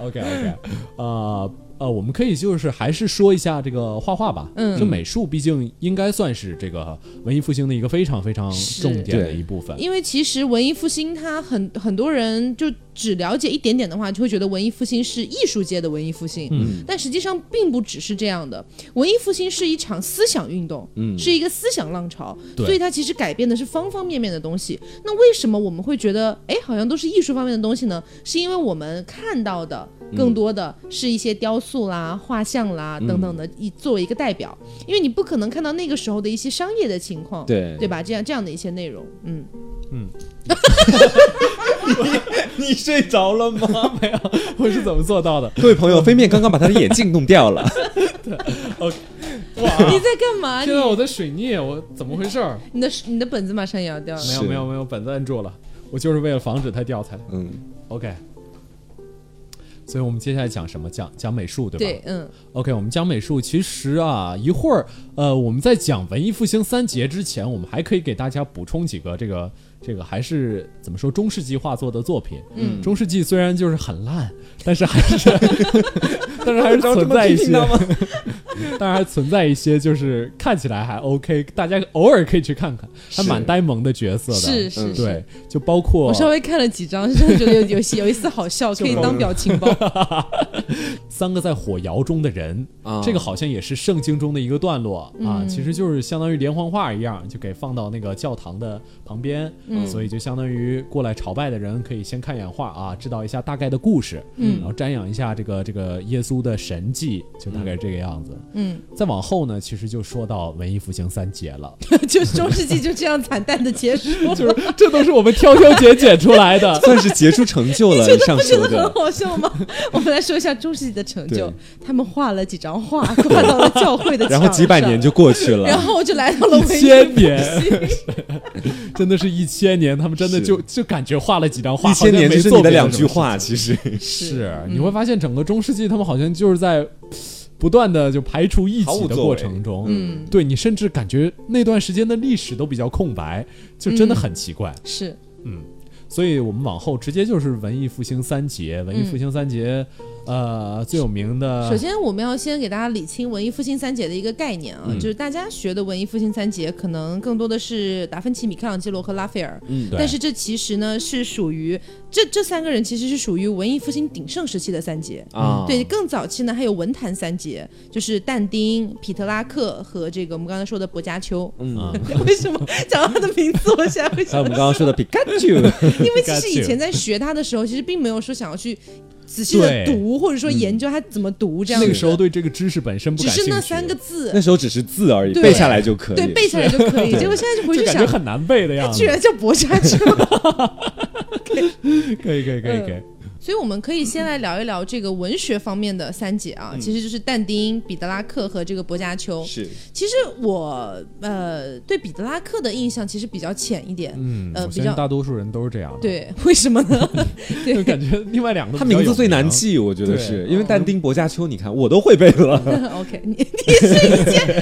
Speaker 2: OK OK，呃呃，我们可以就是还是说一下这个画画吧。
Speaker 4: 嗯
Speaker 2: 就美术毕竟应该算是这个文艺复兴的一个非常非常
Speaker 4: 是
Speaker 2: 重点的
Speaker 3: 对
Speaker 2: 一部分。
Speaker 4: 因为其实文艺复兴，它很很多人就只了解一点点的话，就会觉得文艺复兴是艺术界的文艺复兴。
Speaker 2: 嗯，
Speaker 4: 但实际上并不只是这样的。文艺复兴是一场思想运动，
Speaker 3: 嗯
Speaker 4: 是一个思想浪潮，
Speaker 2: 对
Speaker 4: 所以它其实改变的是方方面面的东西。那为什么我们会觉得，哎，好像都是艺术方面的东西呢？是因为我们看到的更多的是一些雕塑啦、画像啦等等的，以作为一个代表，因为你不可能看到那个时候的一些商业的情况，
Speaker 3: 对
Speaker 4: 吧？这样这样的一些内容，嗯，
Speaker 3: 你睡着了 吗？
Speaker 2: 我是怎么做到的？
Speaker 3: 各位朋友，飞面刚刚把他的眼镜弄掉 了，
Speaker 4: 你在干 嘛？
Speaker 2: 现在
Speaker 4: 啊你
Speaker 2: 啊我在水逆，我怎么回事 儿？
Speaker 4: 你的你的本子马上也要掉了
Speaker 2: 没。有
Speaker 3: 是
Speaker 2: 没有没有，本子摁住了，我就是为了防止它掉才。
Speaker 3: 嗯，
Speaker 2: OK，所以我们接下来讲什么？讲讲美术对吧？
Speaker 4: 对，嗯，
Speaker 2: OK，我们讲美术，其实啊，一会儿，呃，我们在讲文艺复兴三杰之前，我们还可以给大家补充几个这个这个还是怎么说中世纪画作的作品。嗯，中世纪虽然就是很烂，但是还是， 但
Speaker 3: 嗯
Speaker 2: 是还是存在 一些，当然还存在一些就是看起来还 OK，大家偶尔可以去看看，还蛮呆萌的角色的。
Speaker 4: 是
Speaker 3: 嗯
Speaker 4: 是是。
Speaker 2: 对，就包括
Speaker 4: 我稍微看了几张，真的觉得有有有一丝好笑，可以当表 情包。
Speaker 2: 三个在火窑中的人，
Speaker 3: 啊
Speaker 2: 这个好像也是圣经中的一个段落、啊，
Speaker 4: 嗯
Speaker 2: 其实就是相当于连环画一样，就给放到那个教堂的旁边，
Speaker 4: 嗯
Speaker 2: 所以就相当于过来朝拜的人可以先看一眼画啊，知道一下大概的故事，
Speaker 4: 嗯
Speaker 2: 然后瞻仰一下这个这个耶稣的神迹，就大概是这个样子。
Speaker 4: 嗯，
Speaker 2: 再往后呢，其实就说到文艺复兴三杰了，
Speaker 4: 就中世纪就这样惨淡的结束，
Speaker 2: 就是 这都是我们挑挑拣拣出来 的。
Speaker 3: 算是杰出成就 了。以上
Speaker 4: 不觉
Speaker 3: 说
Speaker 4: 得很
Speaker 3: 的，
Speaker 4: 好笑吗？我们来说一下中世纪的成就
Speaker 3: 对，
Speaker 4: 他们画了几张画，挂到了教会的墙
Speaker 3: 然
Speaker 4: 上，
Speaker 3: 后几百年就过去
Speaker 4: 然
Speaker 3: 了，
Speaker 4: 后我就来到了文艺
Speaker 2: 千年
Speaker 4: 复兴
Speaker 2: 真的是一千年，他们真的
Speaker 3: 是
Speaker 2: 就就感觉画了几张画，
Speaker 3: 一千
Speaker 2: 好像
Speaker 3: 年
Speaker 2: 没
Speaker 3: 就是
Speaker 2: 做
Speaker 3: 你的
Speaker 2: 别的
Speaker 3: 两
Speaker 2: 什
Speaker 3: 句
Speaker 2: 么事
Speaker 3: 话，嗯
Speaker 2: 情
Speaker 3: 其实
Speaker 2: 是，你会发现整个中世纪，他们好像就是在不断的就排除异
Speaker 3: 毫
Speaker 2: 己
Speaker 3: 无
Speaker 2: 的
Speaker 3: 作
Speaker 2: 过
Speaker 3: 为
Speaker 2: 程中，
Speaker 4: 嗯
Speaker 2: 对你甚至感觉那段时间的历史都比较空白，就真的很奇怪。
Speaker 3: 嗯
Speaker 4: 是
Speaker 2: 所以我们往后直接就是文艺复兴三杰，文艺复兴三杰。
Speaker 3: 嗯
Speaker 2: 呃，最有名
Speaker 3: 啊
Speaker 2: 的
Speaker 4: 首先，我们要先给大家理清文艺复兴三杰的一个概念啊，
Speaker 3: 嗯
Speaker 4: 就是大家学的文艺复兴三杰，可能更多的是达芬奇、米开朗基罗和拉斐尔。
Speaker 3: 嗯
Speaker 2: 对
Speaker 4: 但是这其实呢是属于这这三个人其实是属于文艺复兴鼎盛时期的三杰。
Speaker 3: 啊，
Speaker 4: 嗯对，
Speaker 2: 哦
Speaker 4: 更早期呢还有文坛三杰，就是但丁、彼特拉克和这个我们刚才说的薄伽丘。
Speaker 2: 啊
Speaker 3: 嗯，
Speaker 4: 为什么讲到他的名字，我现在
Speaker 3: 还
Speaker 4: 会
Speaker 3: 有
Speaker 4: 想
Speaker 3: 我们刚刚说的 Pikachu，
Speaker 4: 因为其实
Speaker 2: Pikachu
Speaker 4: 以前在学它的时候，其实并没有说想要去仔细 的
Speaker 2: 对
Speaker 4: 读，或者说研究它怎么读这样
Speaker 2: 那
Speaker 4: 子。
Speaker 2: 个时候对这个知识本身不
Speaker 4: 只
Speaker 2: 感兴
Speaker 4: 是
Speaker 2: 趣，
Speaker 4: 那三 个字
Speaker 3: 那，时候只是字而已，
Speaker 4: 对
Speaker 3: 背下来就可以。
Speaker 4: 对，背下来就可以。结果现在就回
Speaker 2: 就
Speaker 4: 去
Speaker 2: 感
Speaker 4: 想
Speaker 2: 觉，很难背的样子
Speaker 4: 居。然叫薄伽丘。
Speaker 2: 可以可以可
Speaker 4: 嗯
Speaker 2: 以可以，
Speaker 4: 所以我们可以先来聊一聊这个文学方面的三姐
Speaker 2: 嗯
Speaker 4: 啊，其实就是但丁、彼得拉克和这个薄伽丘。
Speaker 3: 是
Speaker 4: 其实我呃对彼得拉克的印象其实比较浅一点，
Speaker 2: 嗯，
Speaker 4: 呃
Speaker 2: 我
Speaker 4: 比
Speaker 2: 相信
Speaker 4: 较
Speaker 2: 大多数人都是这样的。，
Speaker 4: 对， 为什 么呢？
Speaker 2: 就感觉另外两个都
Speaker 3: 他
Speaker 2: 比较
Speaker 3: 名
Speaker 2: 有
Speaker 3: 字最难
Speaker 2: 名。啊
Speaker 3: 记，我觉得
Speaker 2: 对
Speaker 3: 是因为但丁、薄伽丘，你看我都会背了，
Speaker 4: OK，你你是以前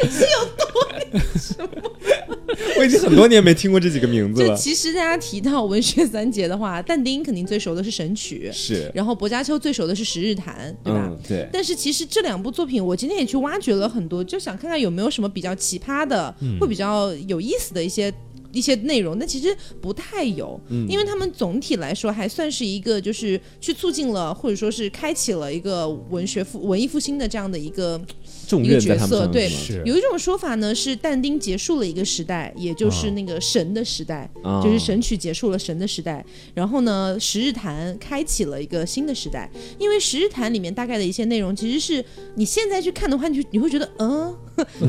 Speaker 3: 我已经很多年没听过这几个名字
Speaker 4: 就
Speaker 3: 了。
Speaker 4: 其实大家提到文学三杰的话，但丁肯定最熟的是《神曲》，
Speaker 3: 是，
Speaker 4: 然后薄伽丘最熟的是《十日谈》，对吧？
Speaker 3: 嗯，对，
Speaker 4: 但是其实这两部作品，我今天也去挖掘了很多，就想看看有没有什么比较奇葩的，或比较有意思的一些。一些内容，但其实不太有，因为他们总体来说还算是一个，就是去促进了或者说是开启了一个文学复文艺复兴的这样的一个
Speaker 3: 重
Speaker 4: 一个
Speaker 3: 任在
Speaker 4: 角
Speaker 3: 他们
Speaker 4: 色
Speaker 3: 身
Speaker 4: 对
Speaker 3: 上
Speaker 2: 是
Speaker 4: 有一种说法呢，是但丁结束了一个时代，也就是那个神的时代，
Speaker 3: 啊
Speaker 4: 就是神曲结束了神的时代。然后呢，十日谈开启了一个新的时代，因为十日谈里面大概的一些内容，其实是你现在去看的话，你就你会觉得，嗯，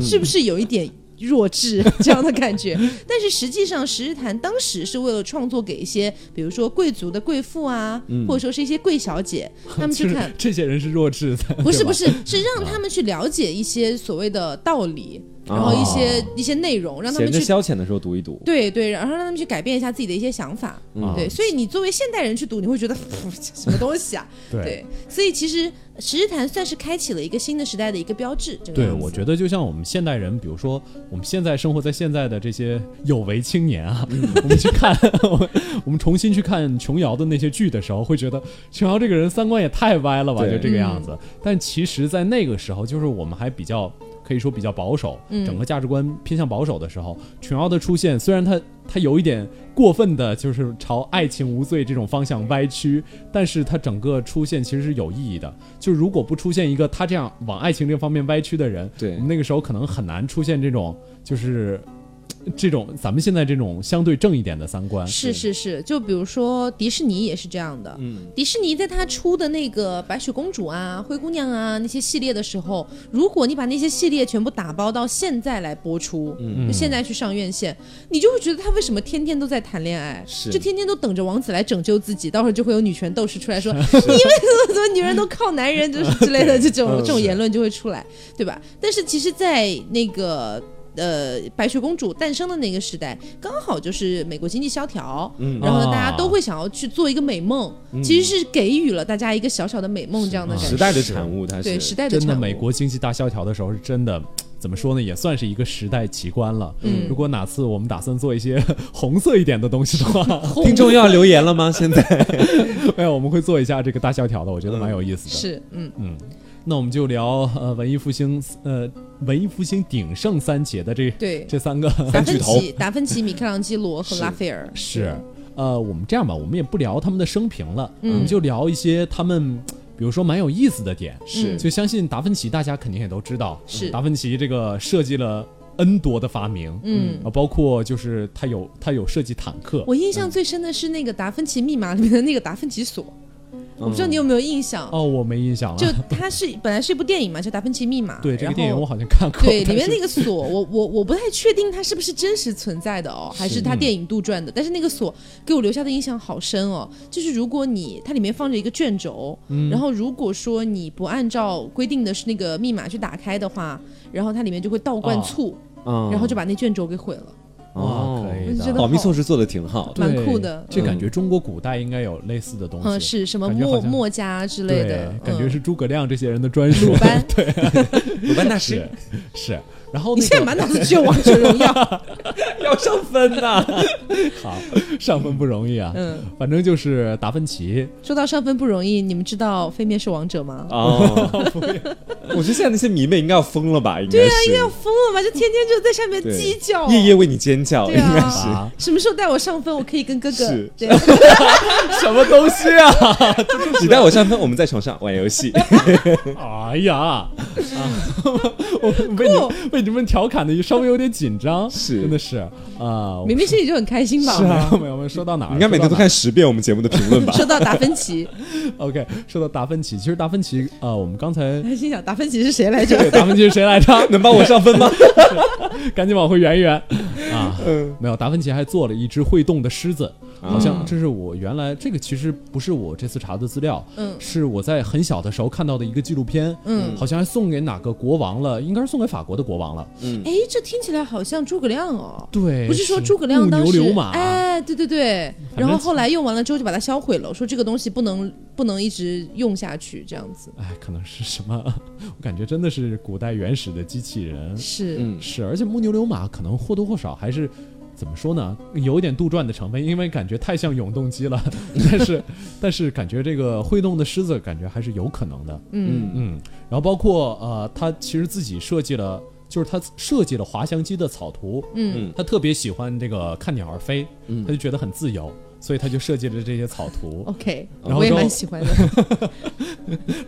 Speaker 4: 是不是有一点？弱智这样的感觉，但是实际上，《十日谈》当时是为了创作给一些，比如说贵族的贵妇啊，或者说是一些贵小姐，他们去
Speaker 2: 就是
Speaker 4: 看，
Speaker 2: 这些人是弱智的，
Speaker 4: 不是
Speaker 2: 对吧
Speaker 4: 不是，是让他们去了解一些所谓的道理，然后一些一些内容，让他
Speaker 3: 啊哦闲
Speaker 4: 们
Speaker 3: 着
Speaker 4: 去。
Speaker 3: 消遣的时候读一读。
Speaker 4: 对对，然后让他们去改变一下自己的一些想法，
Speaker 2: 啊
Speaker 4: 对，所以你作为现代人去读，你会觉得 什么东西啊？
Speaker 2: 对
Speaker 4: 对，所以其实《十日谈》算是开启了一个新的时代的一个标志。这个
Speaker 2: 对，
Speaker 4: 样子
Speaker 2: 我觉得就像我们现代人，比如说我们现在生活在现在的这些有为青年啊，
Speaker 3: 嗯
Speaker 2: 我们去看我们我们重新去看琼瑶的那些剧的时候，会觉得琼瑶这个人三观也太歪了吧，
Speaker 3: 对
Speaker 2: 就这个
Speaker 4: 嗯
Speaker 2: 样子。但其实，在那个时候，就是我们还比较可以说比较保守，
Speaker 4: 嗯
Speaker 2: 整个价值观偏向保守的时候，琼瑶的出现虽然她她有一点过分的，就是朝爱情无罪这种方向歪曲，但是她整个出现其实是有意义的。就如果不出现一个她这样往爱情这方面歪曲的人，
Speaker 3: 对
Speaker 2: 我们那个时候可能很难出现这种就是。嗯这种咱们现在这种相对正一点的三观，
Speaker 4: 是是是，就比如说迪士尼也是这样的。
Speaker 3: 嗯
Speaker 4: 迪士尼在它出的那个白雪公主啊、灰姑娘啊那些系列的时候，如果你把那些系列全部打包到现在来播出，
Speaker 3: 嗯
Speaker 4: 就现在去上院线，你就会觉得他为什么天天都在谈恋爱，
Speaker 3: 是
Speaker 4: 就天天都等着王子来拯救自己，到时候就会有女权斗士 出来说，你为什么 怎么女人都靠男人就是之类的这种这种言论就会出来，对吧？但是其实，在那个。呃，白雪公主诞生的那个时代，刚好就是美国经济萧条，
Speaker 3: 嗯
Speaker 4: 然后呢，
Speaker 2: 啊
Speaker 4: 大家都会想要去做一个美梦，其实是给予了大家一个小小的美梦这样的感觉。
Speaker 3: 啊时代的产物，它
Speaker 4: 对
Speaker 3: 是
Speaker 4: 时代的
Speaker 2: 真
Speaker 4: 产
Speaker 2: 的，
Speaker 4: 物
Speaker 2: 美国经济大萧条的时候是真的。怎么说呢，也算是一个时代奇观了。嗯，如果哪次我们打算做一些 红色一点的东西的话，
Speaker 3: 听众要留言了吗？现
Speaker 4: 嗯
Speaker 3: 在
Speaker 2: 没哎有，我们会做一下这个大萧条的，我觉得蛮有意思的。，
Speaker 4: 是，嗯，
Speaker 2: 那我们就聊呃文艺复兴呃文艺复兴鼎盛三杰的这
Speaker 4: 对，
Speaker 2: 这三个
Speaker 4: 达
Speaker 3: 三巨
Speaker 4: 芬
Speaker 3: 头
Speaker 4: 奇、达芬奇、米开朗基罗和拉斐尔
Speaker 2: 是，呃，我们这样吧，我们也不聊他们的生平了，
Speaker 4: 嗯
Speaker 2: 我们就聊一些他们，比如说蛮有意思的点。
Speaker 4: 是
Speaker 2: 就相信达芬奇，大家肯定也都知道，
Speaker 4: 嗯是
Speaker 2: 达芬奇这个设计了 N 多的发明，
Speaker 4: 嗯
Speaker 2: 啊，包括就是他有他有设计坦克，
Speaker 4: 我印象最深的是那个《达芬奇密码》里面的那个达芬奇锁，我不
Speaker 3: 嗯
Speaker 4: 知道你有没有印象。
Speaker 2: 哦，我没印象了，
Speaker 4: 就它是本来是一部电影嘛，叫《达芬奇密码》。
Speaker 2: 对这个
Speaker 4: 然后
Speaker 2: 电影我好像看过，
Speaker 4: 对里
Speaker 2: 但
Speaker 4: 面
Speaker 2: 是
Speaker 4: 那个锁，我我我不太确定它是不是真实存在的哦，还是它电影杜撰的。但是那个锁给我留下的印象好深哦，就是如果你它里面放着一个卷轴，
Speaker 2: 嗯
Speaker 4: 然后如果说你不按照规定的是那个密码去打开的话，然后它里面就会倒灌
Speaker 2: 啊
Speaker 4: 醋，
Speaker 3: 嗯
Speaker 4: 然后就把那卷轴给毁了。
Speaker 2: 哦
Speaker 3: 哦，
Speaker 2: 可以
Speaker 4: 我就觉得
Speaker 3: 保密措施做的挺好的。
Speaker 2: 对
Speaker 4: 蛮酷的
Speaker 2: 这
Speaker 3: 嗯
Speaker 2: 感觉中国古代应该有类似的东西，
Speaker 4: 嗯，是什么
Speaker 2: 哦感觉好
Speaker 4: 墨
Speaker 2: 像
Speaker 4: 墨家之类
Speaker 2: 对
Speaker 4: 的，
Speaker 2: 感觉
Speaker 4: 嗯
Speaker 2: 是诸葛亮这些人的专属
Speaker 4: 鲁，班。
Speaker 3: 鲁班大师
Speaker 2: 是是。然后
Speaker 4: 你
Speaker 2: 那
Speaker 4: 现在
Speaker 2: 个
Speaker 4: 满脑子只有王者荣耀，
Speaker 3: 要上分呐、
Speaker 2: 好， 上分不容易啊。
Speaker 4: 嗯，
Speaker 2: 反正就是达芬奇，
Speaker 4: 说到上分不容易，你们知道飞面是王者吗？
Speaker 3: 哦，我觉得现在那些迷妹应该要疯了吧？应该
Speaker 4: 对啊，
Speaker 3: 是
Speaker 4: 应该要疯了吧？就天天就在下面
Speaker 3: 对
Speaker 4: 鸡叫，
Speaker 3: 夜夜为你尖叫，
Speaker 4: 对
Speaker 3: 应该
Speaker 4: 啊
Speaker 3: 是。
Speaker 2: 啊，
Speaker 4: 什么时候带我上分，我可以跟哥哥
Speaker 3: 是
Speaker 4: 对，
Speaker 2: 什么东西啊？
Speaker 3: 你带我上分，我们在床上玩游 戏。
Speaker 2: 哎呀，啊，我被你被你们调侃的稍微有点紧张，
Speaker 3: 是
Speaker 2: 真的是啊，我
Speaker 4: 明明心里就很开心吧？？
Speaker 2: 是啊，没有没有，说到哪儿？
Speaker 3: 你应该每
Speaker 2: 说
Speaker 3: 天
Speaker 2: 到
Speaker 3: 都
Speaker 2: 哪儿
Speaker 3: 看十遍我们节目的评论吧
Speaker 4: 说到达芬 奇，
Speaker 2: OK，说到达芬奇，其实达芬奇啊、呃我们刚才
Speaker 4: 他心想达芬奇是谁来着？
Speaker 2: 达芬奇是谁来着？
Speaker 3: 能帮我上分 吗？
Speaker 2: 赶紧往回圆一圆啊！
Speaker 3: 嗯，
Speaker 2: 没有，达芬奇还做了一只会动的狮子，好
Speaker 3: 啊
Speaker 2: 像这是我原来这个其实不是我这次查的资料，
Speaker 4: 嗯
Speaker 2: 是我在很小的时候看到的一个纪录片，
Speaker 4: 嗯
Speaker 2: 好像还送给哪个国王了，应该是送给法国的国王了，
Speaker 4: 哎，这听起来好像诸葛亮哦。
Speaker 2: 对，
Speaker 4: 不是说诸葛
Speaker 2: 木
Speaker 4: 亮当
Speaker 2: 牛
Speaker 4: 时
Speaker 2: 流马，
Speaker 4: 哎，对对对，
Speaker 2: 反正
Speaker 4: 然后后来用完了之后就把它销毁了，说这个东西不能不能一直用下去，这样子
Speaker 2: 哎，可能是什么？ 我感觉真的是古代原始的机器人，
Speaker 4: 是、
Speaker 3: 嗯
Speaker 2: 是，而且木牛流马可能或多或少还是怎么说呢，有一点杜撰的成分，因为感觉太像永动机了。 但是，但是感觉这个会动的狮子，感觉还是有可能的。
Speaker 3: 嗯，
Speaker 2: 嗯，然后包括呃，他其实自己设计了，就是他设计了滑翔机的草图。
Speaker 4: 嗯，
Speaker 2: 他特别喜欢这个看鸟儿飞，
Speaker 3: 嗯
Speaker 2: 他就觉得很自由，所以他就设计了这些草图。
Speaker 4: OK，
Speaker 2: 然后
Speaker 4: 我也
Speaker 2: 说
Speaker 4: 蛮喜欢的，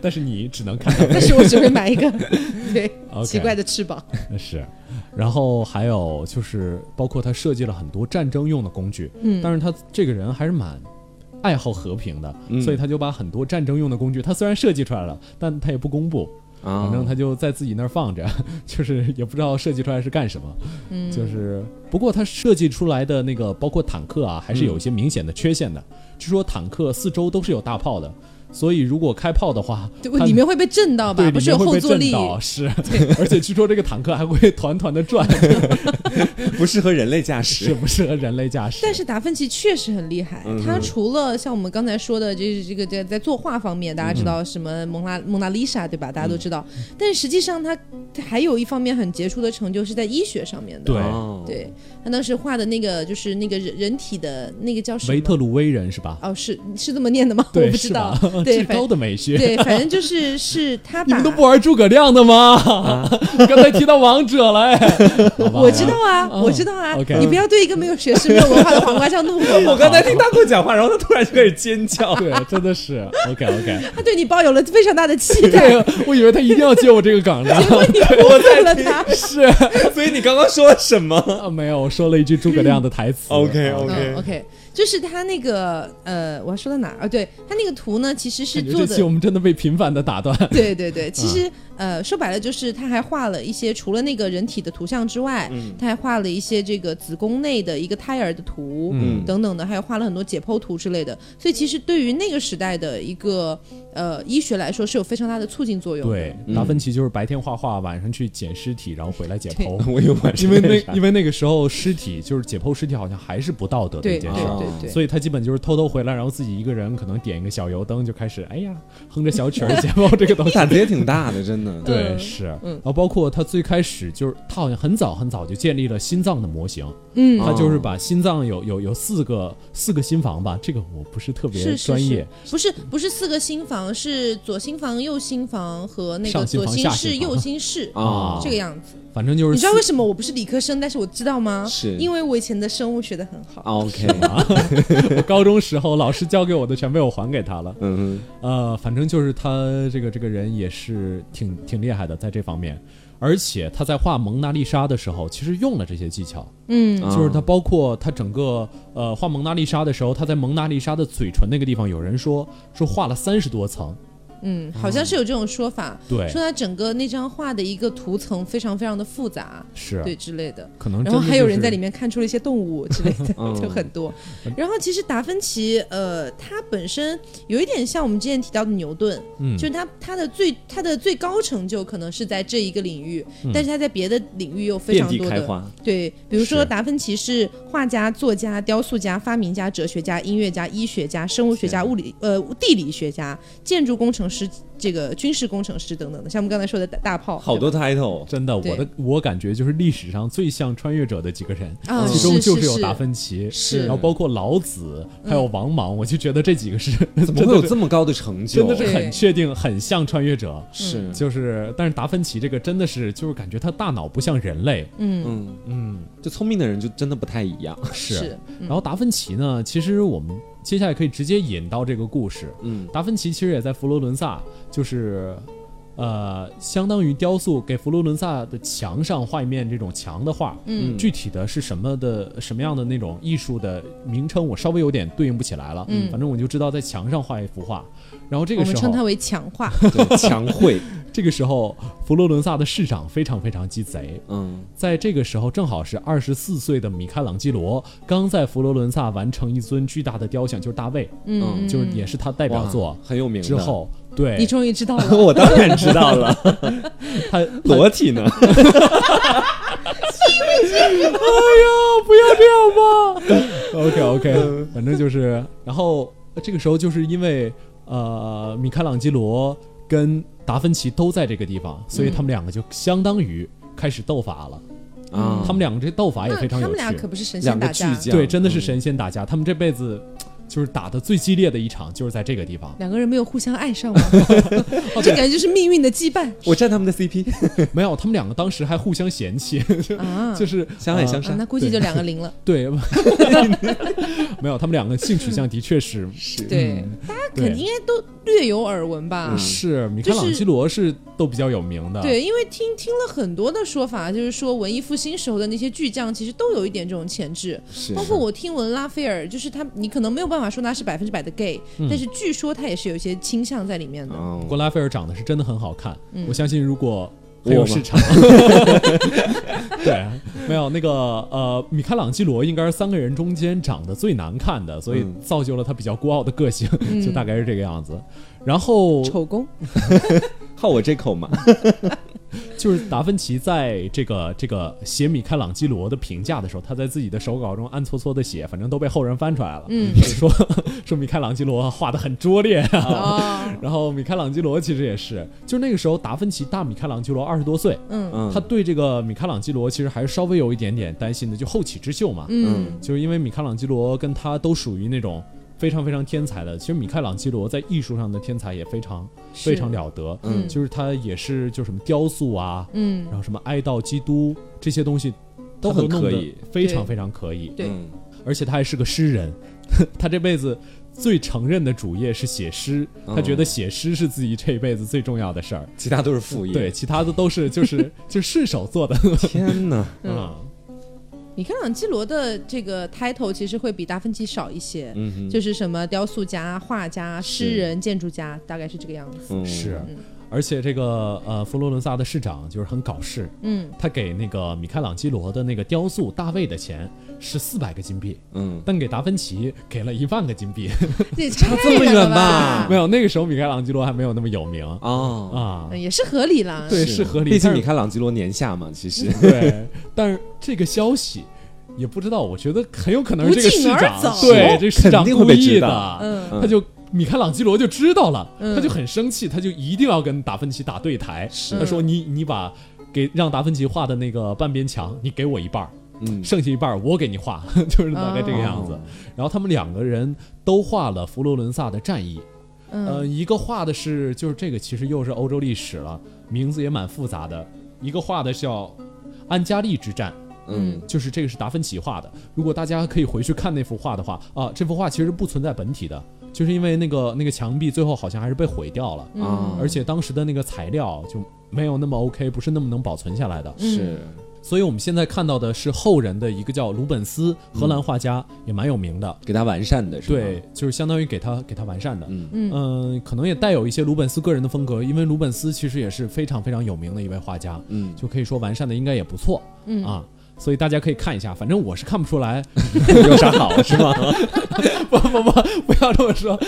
Speaker 2: 但是你只能看到
Speaker 4: 但是我只会买 一个，对
Speaker 2: OK
Speaker 4: 奇怪的翅膀，
Speaker 2: 是，然后还有就是包括他设计了很多战争用的工具，
Speaker 4: 嗯
Speaker 2: 但是他这个人还是蛮爱好和平的，
Speaker 3: 嗯
Speaker 2: 所以他就把很多战争用的工具，他虽然设计出来了，但他也不公布，
Speaker 3: 啊
Speaker 2: 反正他就在自己那儿放着， 就是也不知道设计出来是干什么，
Speaker 4: 嗯，
Speaker 2: 就是不过他设计出来的那个包括坦克啊，还是有一些明显的缺陷的，据说坦克四周都是有大炮的。所以，如果开炮的话，
Speaker 4: 对
Speaker 2: 它
Speaker 4: 里面会被震到吧？
Speaker 2: 对，
Speaker 4: 啊不
Speaker 2: 里
Speaker 4: 是
Speaker 2: 面
Speaker 4: 有
Speaker 2: 会
Speaker 4: 后
Speaker 2: 被
Speaker 4: 坐
Speaker 2: 震
Speaker 4: 力，
Speaker 2: 到，是，而且据说这个坦克还会团团的转，
Speaker 3: 不适合人类驾
Speaker 2: 适
Speaker 3: 驶。
Speaker 2: 不适合人类驾驶？
Speaker 4: 但是达芬奇确实很厉害，
Speaker 3: 嗯
Speaker 4: 他除了像我们刚才说的，这这个在在作画方面，
Speaker 2: 嗯
Speaker 4: 大家知道什么蒙娜蒙娜丽莎对吧？大家都知道，但实际上他他还有一方面很杰出的成就是在医学上面的。
Speaker 2: 对
Speaker 3: 哦
Speaker 4: 对他当时画的那个就是那个人人体的那个叫什么？
Speaker 2: 维特鲁威人是吧？
Speaker 4: 哦，是是这么念的吗？
Speaker 2: 对，
Speaker 4: 我不
Speaker 2: 是
Speaker 4: 知道
Speaker 2: 吧。
Speaker 4: 对，
Speaker 2: 至
Speaker 4: 反
Speaker 2: 高的美学。
Speaker 4: 对，反正就是是他
Speaker 2: 你
Speaker 4: 把
Speaker 2: 们都不玩诸葛亮的吗？
Speaker 4: 啊
Speaker 2: 刚才提到王者 了，哎，好吧
Speaker 4: 我知道啊，
Speaker 2: 嗯
Speaker 4: 我知道啊，
Speaker 2: OK
Speaker 4: 你不要对一个没有学识、没有文化的黄瓜酱怒火 嘛
Speaker 3: 我刚才听大哥讲话，然后他突然就开始尖叫。
Speaker 2: 对，真的是 OK OK。
Speaker 4: 他对你抱有了非常大的期待，
Speaker 2: 对，我以为他一定要接我这个梗 呢。
Speaker 4: 你误会了他。
Speaker 2: 是啊，
Speaker 3: 所以你刚刚说了什么？
Speaker 2: 没有，我说了一句诸葛亮的台词。啊
Speaker 3: OK，OK
Speaker 4: 嗯，OK，就是他那个呃，我还说到哪儿啊？对他那个图呢，其实是
Speaker 2: 感觉
Speaker 4: 做
Speaker 2: 这期我
Speaker 4: 的。
Speaker 2: 们真的被频繁的打断。
Speaker 4: 对对对，其实、呃，说白了就是他还画了一些除了那个人体的图像之外，他还画了一些这个子宫内的一个胎儿的图、
Speaker 3: 嗯
Speaker 4: 等等的，还有画了很多解剖图之类的。所以其实对于那个时代的一个呃医学来说是有非常大的促进作用的。
Speaker 2: 对，达芬奇就是白天画画，晚上去捡尸体，然后回来解剖。
Speaker 3: 我有晚
Speaker 2: 因
Speaker 3: 上
Speaker 2: 为
Speaker 3: 干
Speaker 2: 那
Speaker 3: 啥
Speaker 2: 因为那个时候尸体就是解剖尸体，好像还是不道德的
Speaker 4: 对
Speaker 2: 一
Speaker 4: 对
Speaker 2: 件
Speaker 4: 对
Speaker 2: 事儿。
Speaker 3: 啊
Speaker 4: 对对。
Speaker 2: 所以他基本就是偷偷回来，然后自己一个人可能点一个小油灯就开始，哎呀，哼着小曲 儿解剖这个东西。
Speaker 3: 胆子也挺大的，真的。
Speaker 2: 对，
Speaker 4: 嗯
Speaker 2: 是，
Speaker 4: 嗯
Speaker 2: 然后包括他最开始就是，他好像很早很早就建立了心脏的模型，
Speaker 4: 嗯
Speaker 2: 他就是把心脏有有有四个四个心房吧，这个我不是特别
Speaker 4: 是是
Speaker 2: 专业，
Speaker 4: 是不是不是四个新房，是左心房、右心房和那
Speaker 2: 上
Speaker 4: 个
Speaker 2: 心
Speaker 4: 左
Speaker 2: 房
Speaker 4: 心
Speaker 2: 下
Speaker 4: 室、
Speaker 2: 心房
Speaker 4: 右心室
Speaker 3: 啊
Speaker 4: 这个样子。
Speaker 2: 反正就是
Speaker 4: 你知道
Speaker 2: 四
Speaker 4: 为什么我不是理科生，但是我知道吗？
Speaker 3: 是
Speaker 4: 因为我以前的生物学的很好。
Speaker 3: 啊 OK，
Speaker 2: 我 高中时候老师教给我的全被我还给他了。
Speaker 3: 嗯
Speaker 2: 呃，反正就是他这个这个人也是挺挺厉害的，在这方面。而且他在画蒙娜丽莎的时候，其实用了这些技巧，
Speaker 4: 嗯
Speaker 3: 哼，
Speaker 2: 就是他包括他整个呃画蒙娜丽莎的时候，他在蒙娜丽莎的嘴唇那个地方，有人说说画了三十多层，
Speaker 4: 嗯，好像是有这种说法，
Speaker 2: 对
Speaker 4: 说，他整个那张画的一个图层非常非常的复杂，
Speaker 2: 是，啊
Speaker 4: 对之类的。
Speaker 2: 可能
Speaker 4: 然
Speaker 2: 嗯
Speaker 4: 后
Speaker 2: 真的
Speaker 4: 还有
Speaker 2: 就是
Speaker 4: 人在里面看出了一些动物之类的
Speaker 3: 嗯，
Speaker 4: 就很多。然后其实达芬奇，呃，他本身有一点像我们之前提到的牛顿，
Speaker 2: 嗯
Speaker 4: 就是他他的最他的最高成就可能是在这一个领域，
Speaker 2: 嗯
Speaker 4: 但是他在别的领域有非
Speaker 3: 遍
Speaker 4: 常
Speaker 3: 地
Speaker 4: 多
Speaker 3: 开
Speaker 4: 的
Speaker 3: 花。
Speaker 4: 对，比如说
Speaker 2: 是
Speaker 4: 达芬奇是画家、作家、雕塑家、发明家、哲学家、音乐家、医学家、生物学家、物理呃地理学家、建筑工程程师、这个军事工程师等等的，像我们刚才说的大大炮，
Speaker 3: 好多
Speaker 4: 对吧
Speaker 3: title，
Speaker 2: 真的，
Speaker 4: 对
Speaker 2: 我的我感觉就是历史上最像穿越者的几个人，
Speaker 4: 啊
Speaker 2: 其中
Speaker 4: 是
Speaker 2: 就是有
Speaker 4: 是
Speaker 2: 达芬奇，
Speaker 4: 是嗯
Speaker 2: 然后包括老子，还有王莽，我就觉得这几个是
Speaker 3: 怎
Speaker 2: 真
Speaker 3: 么
Speaker 2: 的
Speaker 3: 会有
Speaker 2: 是
Speaker 3: 这么高的成
Speaker 2: 真
Speaker 3: 就？
Speaker 2: 的是很
Speaker 4: 对
Speaker 2: 确定，很像穿越者。
Speaker 3: 是，嗯
Speaker 2: 就是，但是达芬奇这个真的是，就是感觉他大脑不像人类，
Speaker 3: 嗯，
Speaker 2: 嗯，
Speaker 3: 就聪明的人就真的不太一样。
Speaker 2: 是。
Speaker 4: 是嗯
Speaker 2: 然后达芬奇呢，其实我们接下来可以直接引到这个故事。
Speaker 3: 嗯
Speaker 2: 达芬奇其实也在佛罗伦萨，就是，呃，相当于雕塑给佛罗伦萨的墙上画一面这种墙的画。
Speaker 4: 嗯
Speaker 2: 具体的是什么的什么样的那种艺术的名称，我稍微有点对应不起来了。
Speaker 4: 嗯
Speaker 2: 反正我就知道在墙上画一幅画。然后这
Speaker 4: 我
Speaker 2: 个
Speaker 4: 们
Speaker 2: 时
Speaker 4: 称它
Speaker 2: 候，
Speaker 4: 为 强化，
Speaker 3: 对，强会，
Speaker 2: 这个时候佛罗伦萨的市长非常非常鸡贼，
Speaker 3: 嗯
Speaker 2: 在这个时候，正好是二十四岁的米开朗基罗刚在佛罗伦萨完成一尊巨大的雕像，就是大卫，
Speaker 3: 嗯
Speaker 2: 就是也是他代表作
Speaker 3: 哇。很有名的。
Speaker 2: 之，后，对，
Speaker 4: 你终于知道 了，
Speaker 3: 我当然知道 了，
Speaker 2: 他
Speaker 3: 裸体 呢？
Speaker 2: 哎呀，不要这样吧。OK OK，反正就是，然后这个时候就是因为呃，米开朗基罗跟达芬奇都在这个地方，所
Speaker 4: 嗯
Speaker 2: 以他们两个就相当于开始斗法了。
Speaker 3: 啊
Speaker 2: 他们两个这斗法也
Speaker 4: 那
Speaker 2: 非常
Speaker 4: 他
Speaker 2: 有
Speaker 4: 们
Speaker 2: 趣。
Speaker 4: 俩可不是神仙
Speaker 3: 两个
Speaker 4: 打
Speaker 3: 巨
Speaker 4: 架，。
Speaker 3: 匠，
Speaker 2: 对，真的是神仙打架，他们这辈子就是打的最激烈的一场，就是在这个地方
Speaker 4: 两个人没有互相爱 上吗？哦这感觉就是命运的羁绊
Speaker 3: 我站他们的 CP，
Speaker 2: 没有，他们两个当时还互相嫌弃，
Speaker 4: 啊！
Speaker 2: 就是
Speaker 3: 嗯
Speaker 2: 呃
Speaker 3: 相爱相
Speaker 4: 啊
Speaker 3: 杀，
Speaker 4: 那估计就两个零了。
Speaker 2: 对， 没有，他们两个性取向的确 是嗯
Speaker 4: 对，大家肯定应该都略有耳闻吧？
Speaker 3: 嗯
Speaker 2: 是啊米开
Speaker 4: 就是
Speaker 2: 朗基罗是都比较有名的，
Speaker 4: 对，因为听听了很多的说法，就是说文艺复兴时候的那些巨匠，其实都有一点这种潜质。
Speaker 3: 是
Speaker 4: 包括我听闻拉斐尔，就是他，你可能没有办法说他是百分之百的 gay，、但
Speaker 2: 嗯
Speaker 4: 是据说他也是有一些倾向在里面的。
Speaker 2: 不
Speaker 3: 哦
Speaker 2: 过拉斐尔长得是真的很好看，
Speaker 4: 嗯
Speaker 2: 我相信如果。很
Speaker 3: 我
Speaker 2: 有
Speaker 3: 吗
Speaker 2: 市场， 对，没有那个呃，米开朗基罗应该是三个人中间长得最难看的，所以
Speaker 3: 嗯
Speaker 2: 造就了他比较孤傲的个性， 就大概是这个样子。然后
Speaker 4: 嗯丑工，
Speaker 3: 好我这口嘛，
Speaker 2: 就是达芬奇在这个这个写米开朗基罗的评价的时候，他在自己的手稿中暗搓搓的写，反正都被后人翻出来了，
Speaker 4: 嗯
Speaker 2: 就说 说米开朗基罗画的很拙 劣啊。
Speaker 4: 哦，
Speaker 2: 然后米开朗基罗其实也是，就是那个时候达芬奇大米开朗基罗二十多岁，
Speaker 4: 嗯
Speaker 3: 嗯
Speaker 2: 他对这个米开朗基罗其实还是稍微有一点点担心的，就后起之秀嘛，
Speaker 4: 嗯，
Speaker 2: 就是因为米开朗基罗跟他都属于那种非常非常天才的，其实米开朗基罗在艺术上的天才也非常
Speaker 4: 是
Speaker 2: 非常了得，
Speaker 3: 嗯
Speaker 2: 就是他也是就什么雕塑啊，
Speaker 4: 嗯
Speaker 2: 然后什么哀悼基督这些东西
Speaker 3: 都
Speaker 2: 他
Speaker 3: 很
Speaker 2: 弄得
Speaker 3: 可以
Speaker 2: 非常
Speaker 4: 对
Speaker 2: 非常可以，
Speaker 4: 对
Speaker 3: 嗯
Speaker 2: 而且他还是个诗人， 他这辈子。最承认的主业是写诗，他觉得写诗是自己这一辈子最重要的事儿。
Speaker 3: 其他都是副业。
Speaker 2: 对，，其他的都是就是 就是顺手做的。
Speaker 3: 天哪，
Speaker 2: 嗯，
Speaker 4: 米开朗基罗的这个 title 其实会比达芬奇少一些，
Speaker 3: 嗯哼
Speaker 4: 就是什么雕塑家、画家、诗人、建筑家，大概是这个样子。
Speaker 3: 嗯
Speaker 2: 是。而且这个呃，佛罗伦萨的市长就是很搞事，
Speaker 4: 嗯，
Speaker 2: 他给那个米开朗基罗的那个雕塑《大卫》的钱是四百个金币，
Speaker 3: 嗯，
Speaker 2: 但给达芬奇给了一万个金币。
Speaker 4: 这也差
Speaker 3: 这么远
Speaker 4: 远了
Speaker 3: 吧
Speaker 2: 没有，那个时候米开朗基罗还没有那么有名
Speaker 3: 哦，
Speaker 2: 啊
Speaker 4: 嗯。也是合理啦。
Speaker 2: 对，是合理。
Speaker 3: 毕竟
Speaker 2: 但
Speaker 3: 米
Speaker 2: 是
Speaker 3: 开朗基罗年下嘛，其实
Speaker 2: 对，但是这个消息也不知道，我觉得很有可能是这个
Speaker 4: 不
Speaker 2: 市
Speaker 4: 胫而
Speaker 2: 长
Speaker 4: 走
Speaker 2: 对这市长
Speaker 3: 肯定
Speaker 2: 故
Speaker 3: 会被
Speaker 2: 意
Speaker 3: 知
Speaker 2: 的
Speaker 3: 道，
Speaker 4: 嗯
Speaker 2: 他就。米开朗基罗就知道了，
Speaker 4: 嗯
Speaker 2: 他就很生气，他就一定要跟达芬奇打对台。
Speaker 3: 是
Speaker 2: 他说你你把给让达芬奇画的那个半边墙，你给我一半儿，
Speaker 3: 嗯
Speaker 2: 剩下一半儿我给你画， 就是大概这个样子。
Speaker 3: 哦
Speaker 2: 然后他们两个人都画了佛罗伦萨的战役，
Speaker 4: 嗯
Speaker 2: 呃，一个画的是就是这个其实又是欧洲历史了，名字也蛮复杂的，一个画的叫安加利之战。
Speaker 3: 嗯
Speaker 2: 就是这个是达芬奇画的。如果大家可以回去看那幅画的话，啊，这幅画其实不存在本体的，就是因为那个那个墙壁最后好像还是被毁掉了，
Speaker 3: 啊
Speaker 2: 而且当时的那个材料就没有那么 OK，不是那么能保存下来的。
Speaker 4: 嗯
Speaker 3: 是
Speaker 2: 所以我们现在看到的是后人的一个叫鲁本斯，荷兰画家、也蛮有名的。
Speaker 3: 给他完善的是吧？
Speaker 2: 对，就是相当于给他给他完善的，
Speaker 3: 嗯
Speaker 2: 嗯可能也带有一些鲁本斯个人的风格，因为鲁本斯其实也是非常非常有名的一位画家，
Speaker 3: 嗯，
Speaker 2: 就可以说完善的应该也不错，嗯啊，所以大家可以看一下，反正我是看不出来，
Speaker 3: 有啥好是吗？
Speaker 2: 不不不，不要这么说，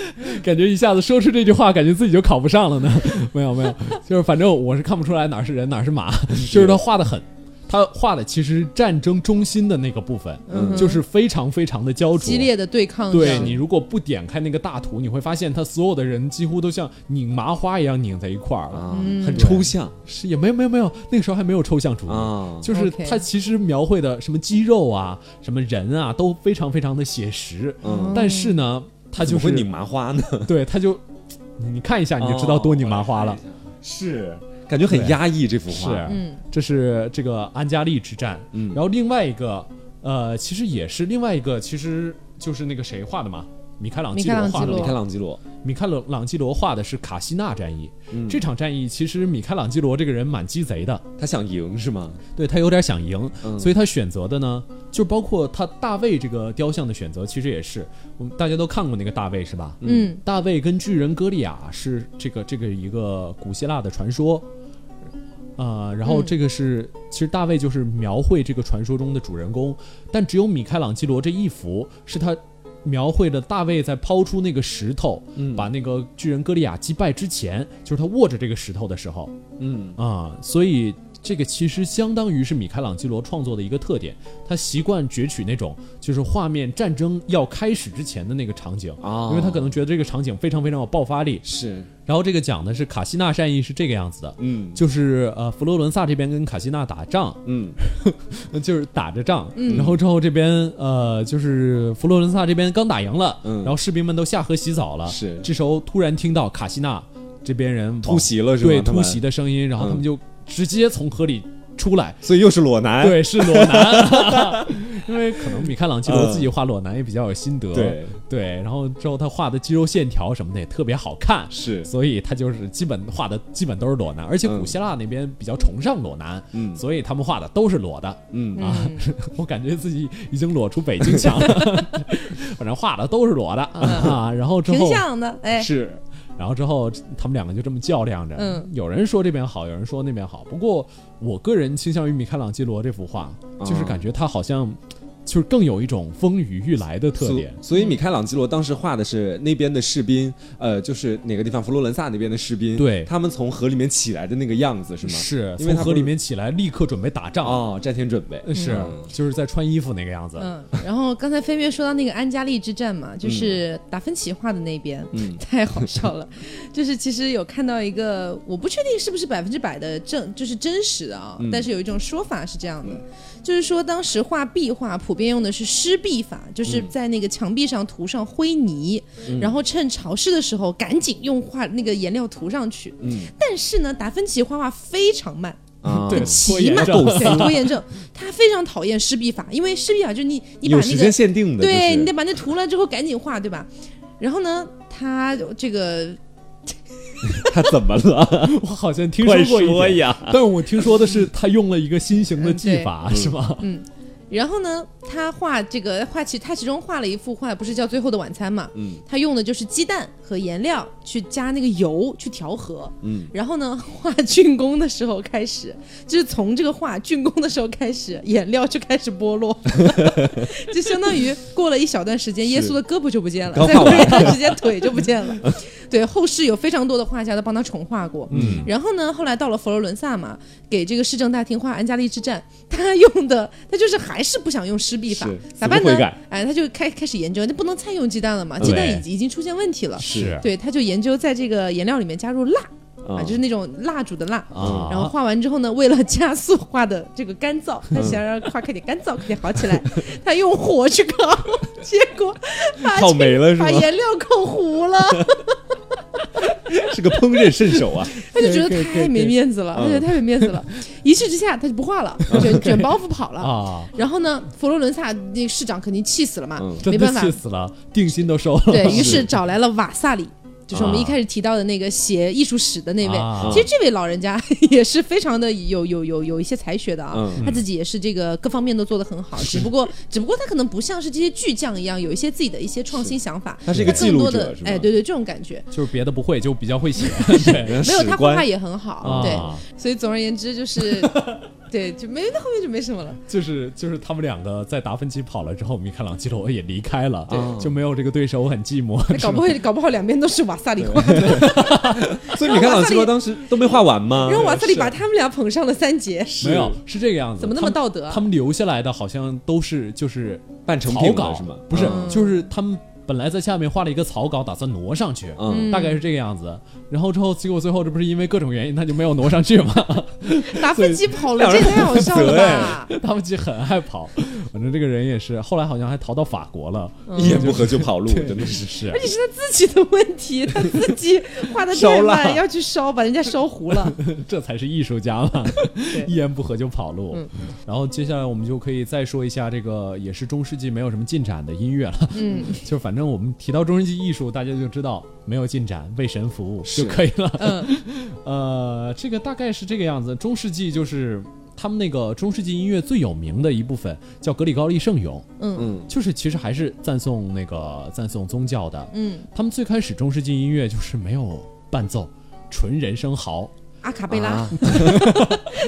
Speaker 2: 感觉一下子说出这句话，感觉自己就考不
Speaker 3: 嗯
Speaker 2: 上了呢。没有没有，就是反正我是看不出来哪儿是人哪儿是马，就是他画的很，他画的其实战争中心的那个部分，就是非常非常的焦灼，
Speaker 4: 激烈的对抗嗯这
Speaker 2: 对
Speaker 4: 样，
Speaker 2: 你如果不点开那个大图，你会发现他所有的人几乎都像拧麻花一样拧在一块儿
Speaker 4: 嗯
Speaker 2: 了。
Speaker 3: 啊，很抽象
Speaker 2: 是也没有没有没有，那个时候还没有抽象主义，
Speaker 3: 啊，
Speaker 2: 就是他
Speaker 4: 嗯 OK
Speaker 2: 其实描绘的什么肌肉啊、什么人啊，都非常非常的写实。
Speaker 3: 嗯
Speaker 2: 但是呢，他就
Speaker 3: 怎么会
Speaker 2: 是
Speaker 3: 拧麻花呢，
Speaker 2: 对，他就你你看一下你就知道多拧麻花
Speaker 4: 哦哎
Speaker 2: 了。
Speaker 3: 是哦感觉很压抑这幅画，
Speaker 2: 是，啊
Speaker 4: 嗯
Speaker 2: 这是这个安加利之战。
Speaker 3: 嗯
Speaker 2: 然后另外一个，呃，其实也是另外一个，其实就是那个谁画的嘛，米开朗基罗
Speaker 4: 米开
Speaker 2: 画
Speaker 4: 朗
Speaker 2: 的
Speaker 4: 基
Speaker 2: 嘛
Speaker 4: 罗
Speaker 3: 米开朗基罗，
Speaker 2: 米开朗朗基罗画的是卡西纳战役。
Speaker 4: 嗯
Speaker 2: 这场战役其实米开朗基罗这个人蛮鸡贼的，
Speaker 3: 他想赢是吗？
Speaker 2: 对他有点想赢，
Speaker 3: 嗯
Speaker 2: 所以他选择的呢，就包括他大卫这个雕像的选择，其实也是我们大家都看过那个大卫是吧？
Speaker 4: 嗯
Speaker 2: 大卫跟巨人歌利亚是这个这个一个古希腊的传说。呃，然后
Speaker 4: 嗯
Speaker 2: 这个是，其实大卫就是描绘这个传说中的主人公，但只有米开朗基罗这一幅是他描绘的大卫在抛出那个石头，
Speaker 3: 嗯
Speaker 2: 把那个巨人歌利亚击败之前，就是他握着这个石头的时候
Speaker 3: 嗯
Speaker 2: 啊、所以这个其实相当于是米开朗基罗创作的一个特点，他习惯攫取那种就是画面战争要开始之前的那个场景
Speaker 3: 啊
Speaker 2: 因为他可能觉得这个场景非常非常有爆发力。
Speaker 3: 是，
Speaker 2: 然后这个讲的是卡西纳战役是这个样子的，
Speaker 3: 嗯
Speaker 2: 就是呃佛罗伦萨这边跟卡西纳打仗，
Speaker 3: 嗯
Speaker 2: 就是打着仗，然后之后这边呃，就是佛罗伦萨这边刚打赢了，
Speaker 3: 嗯
Speaker 2: 然后士兵们都下河洗澡了，
Speaker 3: 是
Speaker 2: 这时候突然听到卡西纳这边人往
Speaker 3: 突袭了是吗？
Speaker 2: 对
Speaker 3: 他
Speaker 2: 突
Speaker 3: 们
Speaker 2: 袭，的声音，然后他们
Speaker 3: 嗯
Speaker 2: 就直接从河里出来，
Speaker 3: 所以又是裸男，
Speaker 2: 对，是裸男， 因为可能米开朗基罗自己画裸男也比较有心得，
Speaker 3: 嗯对
Speaker 2: 对，然后之后他画的肌肉线条什么的也特别好看，
Speaker 3: 是
Speaker 2: 所以他就是基本画的基本都是裸男，而且古
Speaker 3: 嗯
Speaker 2: 希腊那边比较崇尚裸男，
Speaker 3: 嗯
Speaker 2: 所以他们画的都是裸的，
Speaker 3: 嗯
Speaker 2: 啊， 我感觉自己已经裸出北京墙了， 反正画的都是裸的
Speaker 4: 嗯
Speaker 2: 啊。然后之
Speaker 4: 挺
Speaker 2: 后，
Speaker 4: 像的，哎，
Speaker 3: 是
Speaker 2: 然后之后他们两个就这么较量着，
Speaker 4: 嗯
Speaker 2: 有人说这边好，有人说那边好。不过我个人倾向于米开朗基罗这幅画，就是
Speaker 3: 啊
Speaker 2: 感觉他好像就是更有一种风雨欲来的特
Speaker 3: 所
Speaker 2: 点。
Speaker 3: 所以米开朗基罗当时画的是那边的士兵，呃，就是哪个地方佛罗伦萨那边的士兵，
Speaker 2: 对
Speaker 3: 他们从河里面起来的那个样嗯子是吗？
Speaker 2: 是
Speaker 3: 因为
Speaker 2: 从
Speaker 3: 他
Speaker 2: 河里面起来，立刻准备打仗。
Speaker 3: 哦，战前准备
Speaker 2: 是，就是在穿衣服那个样子。
Speaker 4: 嗯，然后刚才飞跃说到那个安加利之战嘛，就是达芬奇画的那边，
Speaker 3: 嗯
Speaker 4: 太好笑了。就是其实有看到一个，我不确定是不是百分之百的正，就是真实的
Speaker 3: 嗯
Speaker 4: 啊、但是有一种说法是这样的，就是说当时画壁画普遍用的是湿壁法，就是在那个墙壁上涂上灰泥，
Speaker 3: 嗯
Speaker 4: 然后趁潮湿的时候赶紧用画那个颜料涂上去。
Speaker 3: 嗯
Speaker 4: 但是呢，达芬奇画画非常慢，
Speaker 2: 呃
Speaker 3: 啊，
Speaker 2: 对拖
Speaker 4: 奇
Speaker 2: 延
Speaker 4: 慢，
Speaker 2: 症
Speaker 4: 对拖 延症，他非常讨厌湿壁法，因为湿壁法就是 你你
Speaker 3: 有
Speaker 4: 把那
Speaker 3: 时间
Speaker 4: 个
Speaker 3: 限定的，
Speaker 4: 对你
Speaker 3: 就
Speaker 4: 得
Speaker 3: 是
Speaker 4: 把那涂了之后赶紧画，对吧？然后呢，他这个
Speaker 3: 他怎么 了？啊
Speaker 2: 我好像听说过一点，
Speaker 3: 呀，
Speaker 2: 但我听说的是他用了一个新型的技法，
Speaker 4: 嗯
Speaker 2: 是吗？
Speaker 4: 然后呢，他画这个画其他其中画了一幅画，不是叫《最后的晚餐》嘛？
Speaker 3: 嗯，
Speaker 4: 他用的就是鸡蛋和颜料去加那个油去调和。
Speaker 3: 嗯，
Speaker 4: 然后呢，画竣工的时候开始， 就是从这个画竣工的时候开始，颜料就开始剥落， 就相当于过了一小段时间，耶稣的胳膊就不见了，
Speaker 3: 刚
Speaker 4: 再
Speaker 3: 画
Speaker 4: 过
Speaker 3: 完
Speaker 4: 一段时间腿就不见了。对，后世有非常多的画家都帮他重画过。嗯，然后呢，后来到了佛罗伦萨嘛，给这个市政大厅画安加利之战，他用的 他就是还是不想用湿壁法
Speaker 3: 是，
Speaker 4: 咋办
Speaker 3: 死不
Speaker 4: 呢
Speaker 3: 悔改？
Speaker 4: 哎，他就开开始研究，那不能再用鸡蛋了嘛，
Speaker 2: 对
Speaker 4: 鸡蛋已经已经出现问题了。
Speaker 2: 是
Speaker 4: 对，他就研究在这个颜料里面加入蜡啊，
Speaker 3: 啊
Speaker 4: 就是那种蜡烛的蜡。
Speaker 2: 啊
Speaker 4: 然后画完之后呢，为了加速画的这个干 燥，他想让画快点干燥，快点好起来， 他用火去烤， 结果把
Speaker 3: 泡没了是吗
Speaker 4: 把？颜料烤糊了，
Speaker 3: 是个烹饪圣手啊，
Speaker 4: 他就觉得
Speaker 2: 对对对
Speaker 4: 太没面子了，
Speaker 3: 嗯
Speaker 4: 他觉得太没面子 了，一气之下他就不画了，
Speaker 3: 啊
Speaker 4: 卷卷包袱跑了。
Speaker 2: 啊，
Speaker 4: 然后呢，佛罗伦萨那市长肯定气死了嘛
Speaker 3: 嗯，
Speaker 2: 真
Speaker 4: 没
Speaker 2: 的
Speaker 4: 办 法
Speaker 2: 气，死了，定薪都收了。
Speaker 4: 对于
Speaker 3: 是啊
Speaker 4: 是找来了瓦萨里，就是我们一开始提到的那个写艺术史的那位。
Speaker 2: 啊
Speaker 4: 其实这位老人家 也是非常的有有有有一些才学的啊，
Speaker 3: 嗯
Speaker 4: 他自己也是这个各方面都做得很好，只不过只不过他可能不像是这些巨匠一样有一些自己的一些创新想法，
Speaker 3: 他是一个记
Speaker 4: 更
Speaker 3: 录
Speaker 4: 多
Speaker 3: 者
Speaker 4: 的
Speaker 3: 是吧？
Speaker 4: 哎对对这种感觉，
Speaker 2: 就是别的不会，就 比较会写。对
Speaker 3: 人家
Speaker 4: 没有
Speaker 3: 史
Speaker 4: 他画
Speaker 3: 官
Speaker 4: 画也很好，
Speaker 2: 啊
Speaker 4: 对，所以总而言之就是对，就没那后面就没什么了。
Speaker 2: 就是就是他们两个在达芬奇跑了之后，米开朗基罗也离开了，就没有这个对手，我很寂寞。
Speaker 4: 那搞不好搞不好两边都是瓦萨里画 的，
Speaker 3: 所以米开朗基罗当时都没画完吗
Speaker 4: 然？后瓦萨里把他们俩捧上了三杰。
Speaker 2: 没有，是这个样子。
Speaker 4: 怎么那么
Speaker 2: 他们
Speaker 4: 道德啊
Speaker 2: 他们留下来的好像都是就是
Speaker 3: 半成
Speaker 2: 草
Speaker 3: 品
Speaker 2: 稿
Speaker 3: 了是吗？
Speaker 2: 不是，
Speaker 3: 嗯
Speaker 2: 就是他们本来在下面画了一个草稿，打算挪上去，
Speaker 3: 嗯
Speaker 2: 大概是这个样子。然后之后，结果最后这不是因为各种原因，他就没有挪上去吗？
Speaker 4: 达芬奇跑了，
Speaker 3: 所
Speaker 4: 这
Speaker 3: 以
Speaker 4: 也太好笑了吧？
Speaker 2: 他们其实很爱跑，反正这个人也是，后来好像还逃到法国了，
Speaker 4: 嗯
Speaker 3: 一言不合就跑路，
Speaker 2: 对
Speaker 3: 真的是。
Speaker 2: 是
Speaker 4: 而。且是他自己的问题，他自己画的
Speaker 3: 烧
Speaker 4: 太
Speaker 3: 了
Speaker 4: 慢，要去烧，把人家烧 糊了。
Speaker 2: 这才是艺术家嘛，一言不合就跑路。
Speaker 4: 嗯
Speaker 2: 然后接下来我们就可以再说一下这个也是中世纪没有什么进展的音乐了。 嗯，就反正我们提到中世纪艺术，大家就知道没有进展，为神服务
Speaker 3: 是
Speaker 2: 就可以了。
Speaker 4: 嗯
Speaker 2: 呃，这个大概是这个样子。中世纪就是。他们那个中世纪音乐最有名的一部分叫格里高利圣咏，
Speaker 3: 嗯，
Speaker 2: 就是其实还是赞颂那个赞颂宗教的。
Speaker 4: 嗯，
Speaker 2: 他们最开始中世纪音乐就是没有伴奏，纯人声嚎，
Speaker 4: 阿卡贝拉
Speaker 3: 啊，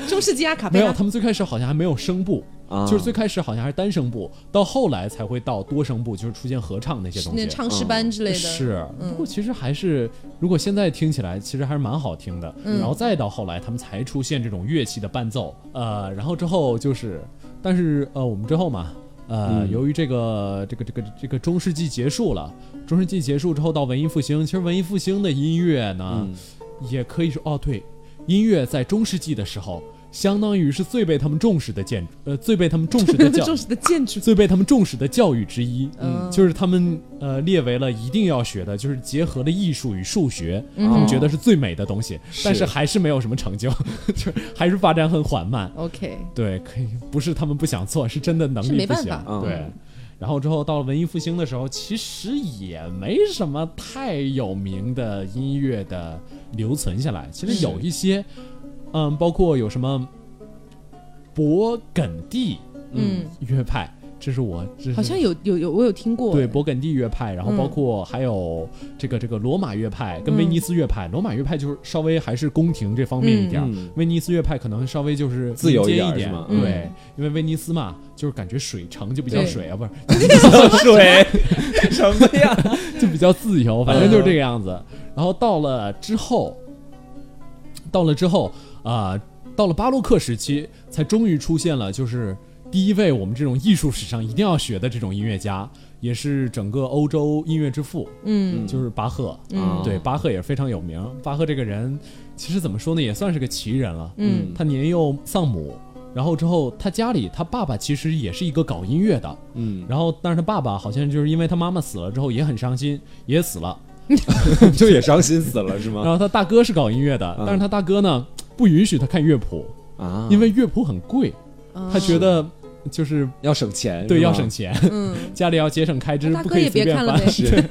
Speaker 4: 中世纪阿卡
Speaker 2: 没
Speaker 4: 贝
Speaker 2: 有，
Speaker 4: 拉
Speaker 2: 他，们最开始好像还没有声部，
Speaker 3: 啊
Speaker 2: 就是最开始好像还是单声部，到后来才会到多声部，就是出现合唱那些东
Speaker 4: 那
Speaker 2: 西。嗯
Speaker 4: 唱诗班之类的。
Speaker 2: 是，不过其实还是，如果现在听起来，其实还是蛮好听的。然后再到后来，他们才出现这种乐器的伴奏，呃，然后之后就是，但是呃，我们之后嘛，呃，由于这个这个这个这个中世纪结束了，中世纪结束之后到文艺复兴，其实文艺复兴的音乐呢，也可以说哦，对，音乐在中世纪的时候，相当于是最被他们重视的建，呃，最被他们重视的 教，
Speaker 4: 重视的 建筑，
Speaker 2: 最被他们重视的教育之一，嗯，就是他们呃列为了一定要学的，就是结合了艺术与数学，
Speaker 4: 嗯
Speaker 2: 他们觉得是最美的东西，但是还是没有什么成就， 就是还是发展很缓慢。
Speaker 4: OK，
Speaker 2: 对，可以不是他们不想做，是真的能
Speaker 4: 是没
Speaker 2: 力不
Speaker 4: 办
Speaker 2: 行
Speaker 4: 法。
Speaker 2: 对
Speaker 3: 嗯，
Speaker 2: 然后之后到了文艺复兴的时候，其实也没什么太有名的音乐的留存下来。其实有一些，嗯，包括有什么勃艮第
Speaker 4: 嗯，
Speaker 2: 乐派，这是我这是
Speaker 4: 好像有有有，我有听过。哎
Speaker 2: 对，勃艮第乐派，然后
Speaker 4: 嗯
Speaker 2: 包括还有这个这个罗马乐派跟威尼斯乐派。罗马乐派就是稍微还是宫廷这方面一点儿，
Speaker 3: 嗯嗯
Speaker 2: 威尼斯乐派可能稍微就是
Speaker 3: 自由一
Speaker 2: 民
Speaker 3: 点
Speaker 2: 间
Speaker 3: 儿
Speaker 2: 一点
Speaker 3: 是吗嗯
Speaker 2: 对，因为威尼斯嘛，就是感觉水城就比较
Speaker 4: 对
Speaker 2: 水啊，不是
Speaker 3: 水什么呀？
Speaker 2: 就比较自由，反正就是这个样子。
Speaker 4: 嗯
Speaker 2: 然后到了之后，到了之后啊、到了巴洛克时期，才终于出现了就是第一位我们这种艺术史上一定要学的这种音乐家，也是整个欧洲音乐之父，
Speaker 4: 嗯，
Speaker 2: 就是巴赫。
Speaker 3: 嗯
Speaker 2: 对，巴赫也是非常有名。巴赫这个人其实怎么说呢，也算是个奇人了。
Speaker 4: 嗯，
Speaker 2: 他年幼丧母。然后之后，他家里他爸爸其实也是一个搞音乐的，
Speaker 3: 嗯，
Speaker 2: 然后，但是他爸爸好像就是因为他妈妈死了之后也很伤心，也死了。
Speaker 3: 就也伤心死了是
Speaker 2: 然
Speaker 3: 吗？
Speaker 2: 后他大哥是搞音乐的，
Speaker 3: 嗯
Speaker 2: 但是他大哥呢不允许他看乐谱，
Speaker 3: 啊
Speaker 2: 因为乐谱很贵，他觉得就是
Speaker 3: 要省钱，
Speaker 2: 对
Speaker 3: 嗯是吗
Speaker 2: 要省。钱，
Speaker 4: 嗯，
Speaker 2: 家里要节省开支，
Speaker 4: 大
Speaker 2: 不
Speaker 4: 哥
Speaker 2: 可以
Speaker 4: 也
Speaker 2: 随
Speaker 4: 别
Speaker 2: 便
Speaker 4: 看了
Speaker 2: 翻
Speaker 4: 呗。。
Speaker 3: 是，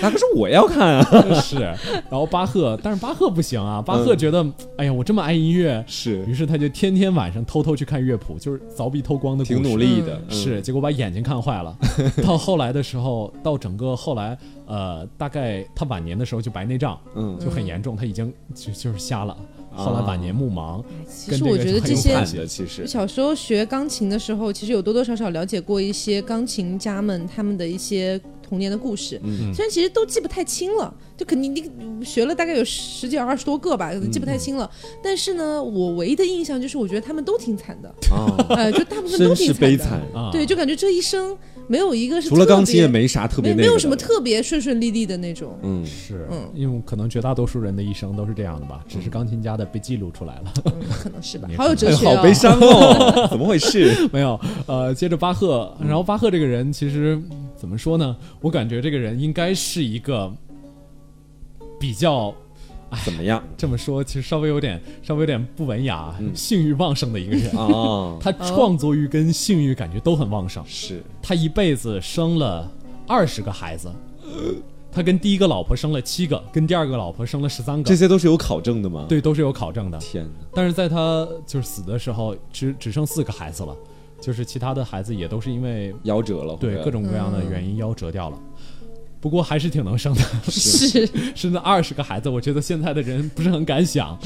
Speaker 3: 大哥说我要看啊。
Speaker 2: 是，然后巴赫，但是巴赫不行啊，巴赫
Speaker 3: 嗯
Speaker 2: 觉得，哎呀，我这么爱音乐，
Speaker 3: 是
Speaker 2: 于，是他就天天晚上偷偷去看乐谱，就是凿壁偷光的故事。
Speaker 3: 挺努力的，嗯
Speaker 2: 是，结果把眼睛看坏 了。到后来的时候，到整个后来，呃，大概他晚年的时候就白内障，
Speaker 3: 嗯
Speaker 2: 就很严重，他已经就就是瞎了。
Speaker 3: 啊
Speaker 2: 后来晚年目盲，
Speaker 4: 其
Speaker 2: 跟
Speaker 4: 实
Speaker 2: 这
Speaker 4: 我
Speaker 2: 个
Speaker 4: 觉得
Speaker 2: 很
Speaker 4: 这
Speaker 2: 有
Speaker 4: 些
Speaker 2: 关
Speaker 3: 看
Speaker 2: 系
Speaker 3: 的其实
Speaker 4: 小时候学钢琴的时候，其实有多多少少了解过一些钢琴家们他们的一些童年的故事，
Speaker 3: 嗯
Speaker 4: 虽然其实都记不太清了，就肯定你学了大概有十几二十多个吧，可能记不
Speaker 3: 嗯
Speaker 4: 太清了。但是呢，我唯一的印象就是，我觉得他们都挺 惨的，
Speaker 3: 啊，
Speaker 4: 呃，就大部分都
Speaker 3: 真
Speaker 4: 挺
Speaker 3: 是
Speaker 4: 惨的
Speaker 3: 悲 惨。
Speaker 2: 啊，
Speaker 4: 对，就感觉这一生没有一个是
Speaker 3: 除了
Speaker 4: 特别
Speaker 3: 钢琴也没啥特别那个
Speaker 4: 没没
Speaker 3: 的
Speaker 4: 有什么特别顺顺利利的那种。
Speaker 3: 嗯
Speaker 2: 是
Speaker 4: 嗯，
Speaker 2: 因为可能绝大多数人的一生都是这样的
Speaker 3: 嗯
Speaker 2: 吧，只是钢琴家的被记录出 来了。
Speaker 4: 嗯，可能是吧
Speaker 2: 也，
Speaker 4: 好有
Speaker 2: 可
Speaker 4: 哲学、哦
Speaker 3: 哎好悲伤 哦，怎么回事？
Speaker 2: 没有，呃，接着巴赫，然后巴赫这个人其实嗯怎么说呢？我感觉这个人应该是一个比较
Speaker 3: 怎么样
Speaker 2: 这么说，其实稍微有点稍微有点不文雅、性欲旺盛的一个 人。
Speaker 3: 啊？
Speaker 2: 他创作欲跟性欲感觉都很旺盛。
Speaker 3: 是
Speaker 2: 他一辈子生了二十个孩子，他跟第一个老婆生了七个，跟第二个老婆生了十三
Speaker 3: 这
Speaker 2: 个，
Speaker 3: 些都是有考证的吗？，
Speaker 2: 对，都是有考证的。
Speaker 3: 天哪，
Speaker 2: 但是在他就是死的时候，只只剩四个孩子了，就是其他的孩子也都是因为
Speaker 3: 夭折了，
Speaker 2: 对
Speaker 3: 或者
Speaker 2: 各种各样的原因夭折掉了。不过还是挺能生的，
Speaker 4: 是
Speaker 2: 生了二十个孩子，我觉得现在的人不是很敢想，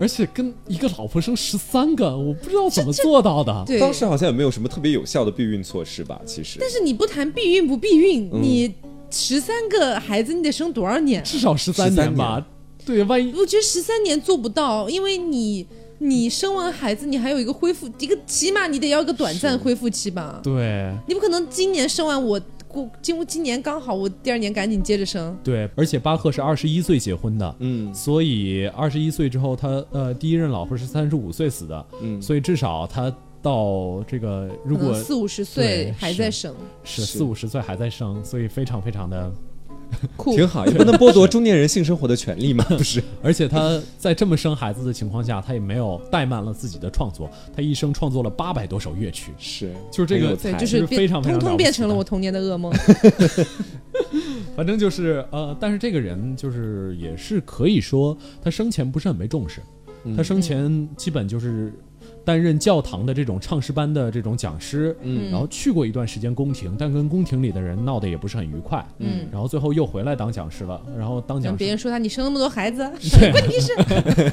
Speaker 2: 而且跟一个老婆生十三个，我不知道怎么做到的。
Speaker 4: 对。
Speaker 3: 当时好像也没有什么特别有效的避孕措施吧？其实，
Speaker 4: 但是你不谈避孕不避孕，
Speaker 2: 嗯
Speaker 4: 你十三个孩子，你得生多少年？
Speaker 2: 至少十三年吧。对，万一
Speaker 4: 我觉得十三年做不到，因为你你生完孩子，你还有一个恢复，一个起码你得要一个短暂恢复期吧。
Speaker 2: 对
Speaker 4: 你不可能今年生完我过今今年刚好我第二年赶紧接着生。
Speaker 2: 对，而且巴赫是二十一岁结婚的，
Speaker 3: 嗯，
Speaker 2: 所以二十一岁之后他呃第一任老婆是三十五岁死的，
Speaker 3: 嗯
Speaker 2: 所以至少他到这个如
Speaker 4: 可
Speaker 2: 果
Speaker 4: 能四五十
Speaker 2: 对
Speaker 4: 岁还在生，
Speaker 2: 是
Speaker 3: 是
Speaker 2: 四五十岁还在生，所以非常非常的，
Speaker 4: 酷
Speaker 3: 挺好，也不能剥夺中年人性生活的权利 嘛，不是？
Speaker 2: 而且他在这么生孩子的情况下，他也没有怠慢了自己的创作，他一生创作了八百多首乐曲，
Speaker 3: 是，
Speaker 2: 就是这个
Speaker 3: 很有
Speaker 4: 对，
Speaker 3: 才
Speaker 4: 就是
Speaker 2: 非常非常
Speaker 4: 通
Speaker 2: 了不
Speaker 4: 通变成
Speaker 2: 起
Speaker 4: 了
Speaker 2: 的
Speaker 4: 我童年的 噩梦。
Speaker 2: 反正就是呃，但是这个人就是也是可以说，他生前不是很被重视，
Speaker 3: 嗯
Speaker 2: 他生前基本就是担任教堂的这种唱诗班的这种讲师，
Speaker 3: 嗯
Speaker 2: 然后去过一段时间宫廷，但跟宫廷里的人闹得也不是很愉快，
Speaker 4: 嗯
Speaker 2: 然后最后又回来当讲师了，然后当
Speaker 4: 让
Speaker 2: 讲
Speaker 4: 别
Speaker 2: 师
Speaker 4: 人说他你生那么多孩子，
Speaker 2: 对
Speaker 4: 关你事。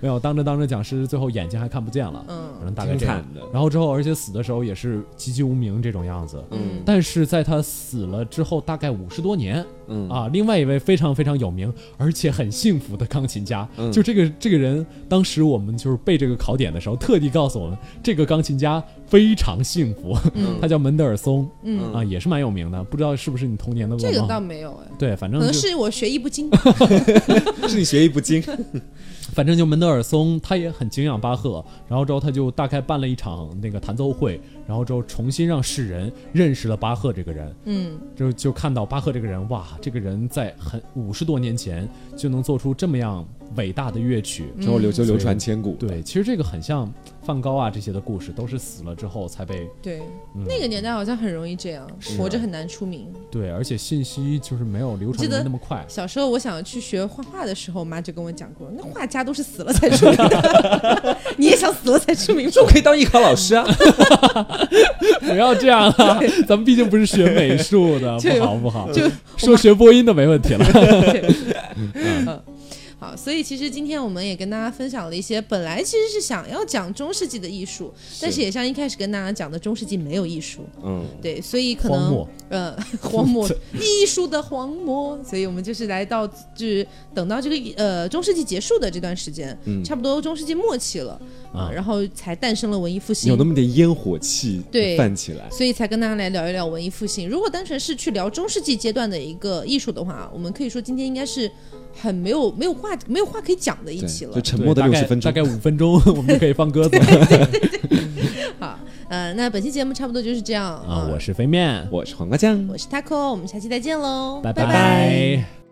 Speaker 2: 没有当着当着讲师，最后眼睛还看不见了，反
Speaker 4: 嗯
Speaker 2: 正大概这样
Speaker 3: 挺惨的。
Speaker 2: 然后之后，而且死的时候也是籍籍无名这种样子。
Speaker 4: 嗯
Speaker 2: 但是在他死了之后，大概五十多年，
Speaker 3: 嗯
Speaker 2: 啊，另外一位非常非常有名而且很幸福的钢琴家，
Speaker 3: 嗯
Speaker 2: 就这个这个人，当时我们就是背这个考点的时候，特地告诉我们，这个钢琴家非常幸福，
Speaker 4: 嗯
Speaker 2: 他叫门德尔松，
Speaker 4: 嗯，
Speaker 2: 啊，也是蛮有名的，不知道是不是你童年的
Speaker 4: 这个
Speaker 2: 噩
Speaker 4: 倒
Speaker 2: 梦？
Speaker 4: 没有哎，
Speaker 2: 对，反正
Speaker 4: 可能
Speaker 2: 就是
Speaker 4: 我学艺不 精。
Speaker 3: 是你学艺不 精，
Speaker 2: 反正就门德尔松，他也很敬仰巴赫，然后之后他就大概办了一场那个弹奏会，然后之后重新让世人认识了巴赫这个人，
Speaker 4: 嗯，
Speaker 2: 就就看到巴赫这个人，哇，这个人在很五十多年前就能做出这么样伟大的乐曲，
Speaker 4: 嗯
Speaker 3: 之后流就流传千古。，
Speaker 2: 对，其实这个很像梵高啊这些的故事，都是死了之后才被
Speaker 4: 对，那个年代好像很容易这样，活着很难出名。
Speaker 2: 对，而且信息就是没有流传
Speaker 4: 记
Speaker 2: 的
Speaker 4: 得
Speaker 2: 那么快。
Speaker 4: 小时候我想去学画画的时候，我妈就跟我讲过，那画家都是死了才出名的， 你也想死了才出名吗？
Speaker 3: 这我可以当艺考老师啊。
Speaker 2: 不要这样啊，咱们毕竟不是学美术的，
Speaker 4: 就
Speaker 2: 不好不好。
Speaker 4: 就
Speaker 2: 说学播音的没问题了，
Speaker 4: 嗯，好，所以其实今天我们也跟大家分享了一些本来其实是想要讲中世纪的艺术，但是也像一开始跟大家讲的，中世纪没有艺术，
Speaker 3: 嗯，
Speaker 4: 对，所以可
Speaker 2: 荒
Speaker 4: 能
Speaker 2: 漠
Speaker 4: 呃 荒漠艺术的荒漠，所以我们就是来到就是等到这个呃中世纪结束的这段时间，
Speaker 3: 嗯
Speaker 4: 差不多中世纪末期了啊、
Speaker 2: 啊
Speaker 4: 然后才诞生了文艺复兴
Speaker 3: 有。那么点烟火气
Speaker 4: 对
Speaker 3: 泛起来。
Speaker 4: 所以才跟大家来聊一聊文艺复兴。如果单纯是去聊中世纪阶段的一个艺术的话，我们可以说今天应该是很没有没有话没有话可以讲的一
Speaker 3: 对，
Speaker 4: 期了
Speaker 3: 就。沉默的
Speaker 2: 对
Speaker 3: 六
Speaker 2: 大概
Speaker 3: 十分钟
Speaker 2: 大概。五分钟，我们就可以放鸽子
Speaker 4: 好，呃，那本期节目差不多就是这样
Speaker 2: 啊！
Speaker 4: 呃
Speaker 2: 我是飞面，
Speaker 3: 我是黄瓜酱，
Speaker 4: 我是 taco，我们下期再见喽，
Speaker 2: 拜
Speaker 4: 拜
Speaker 2: 拜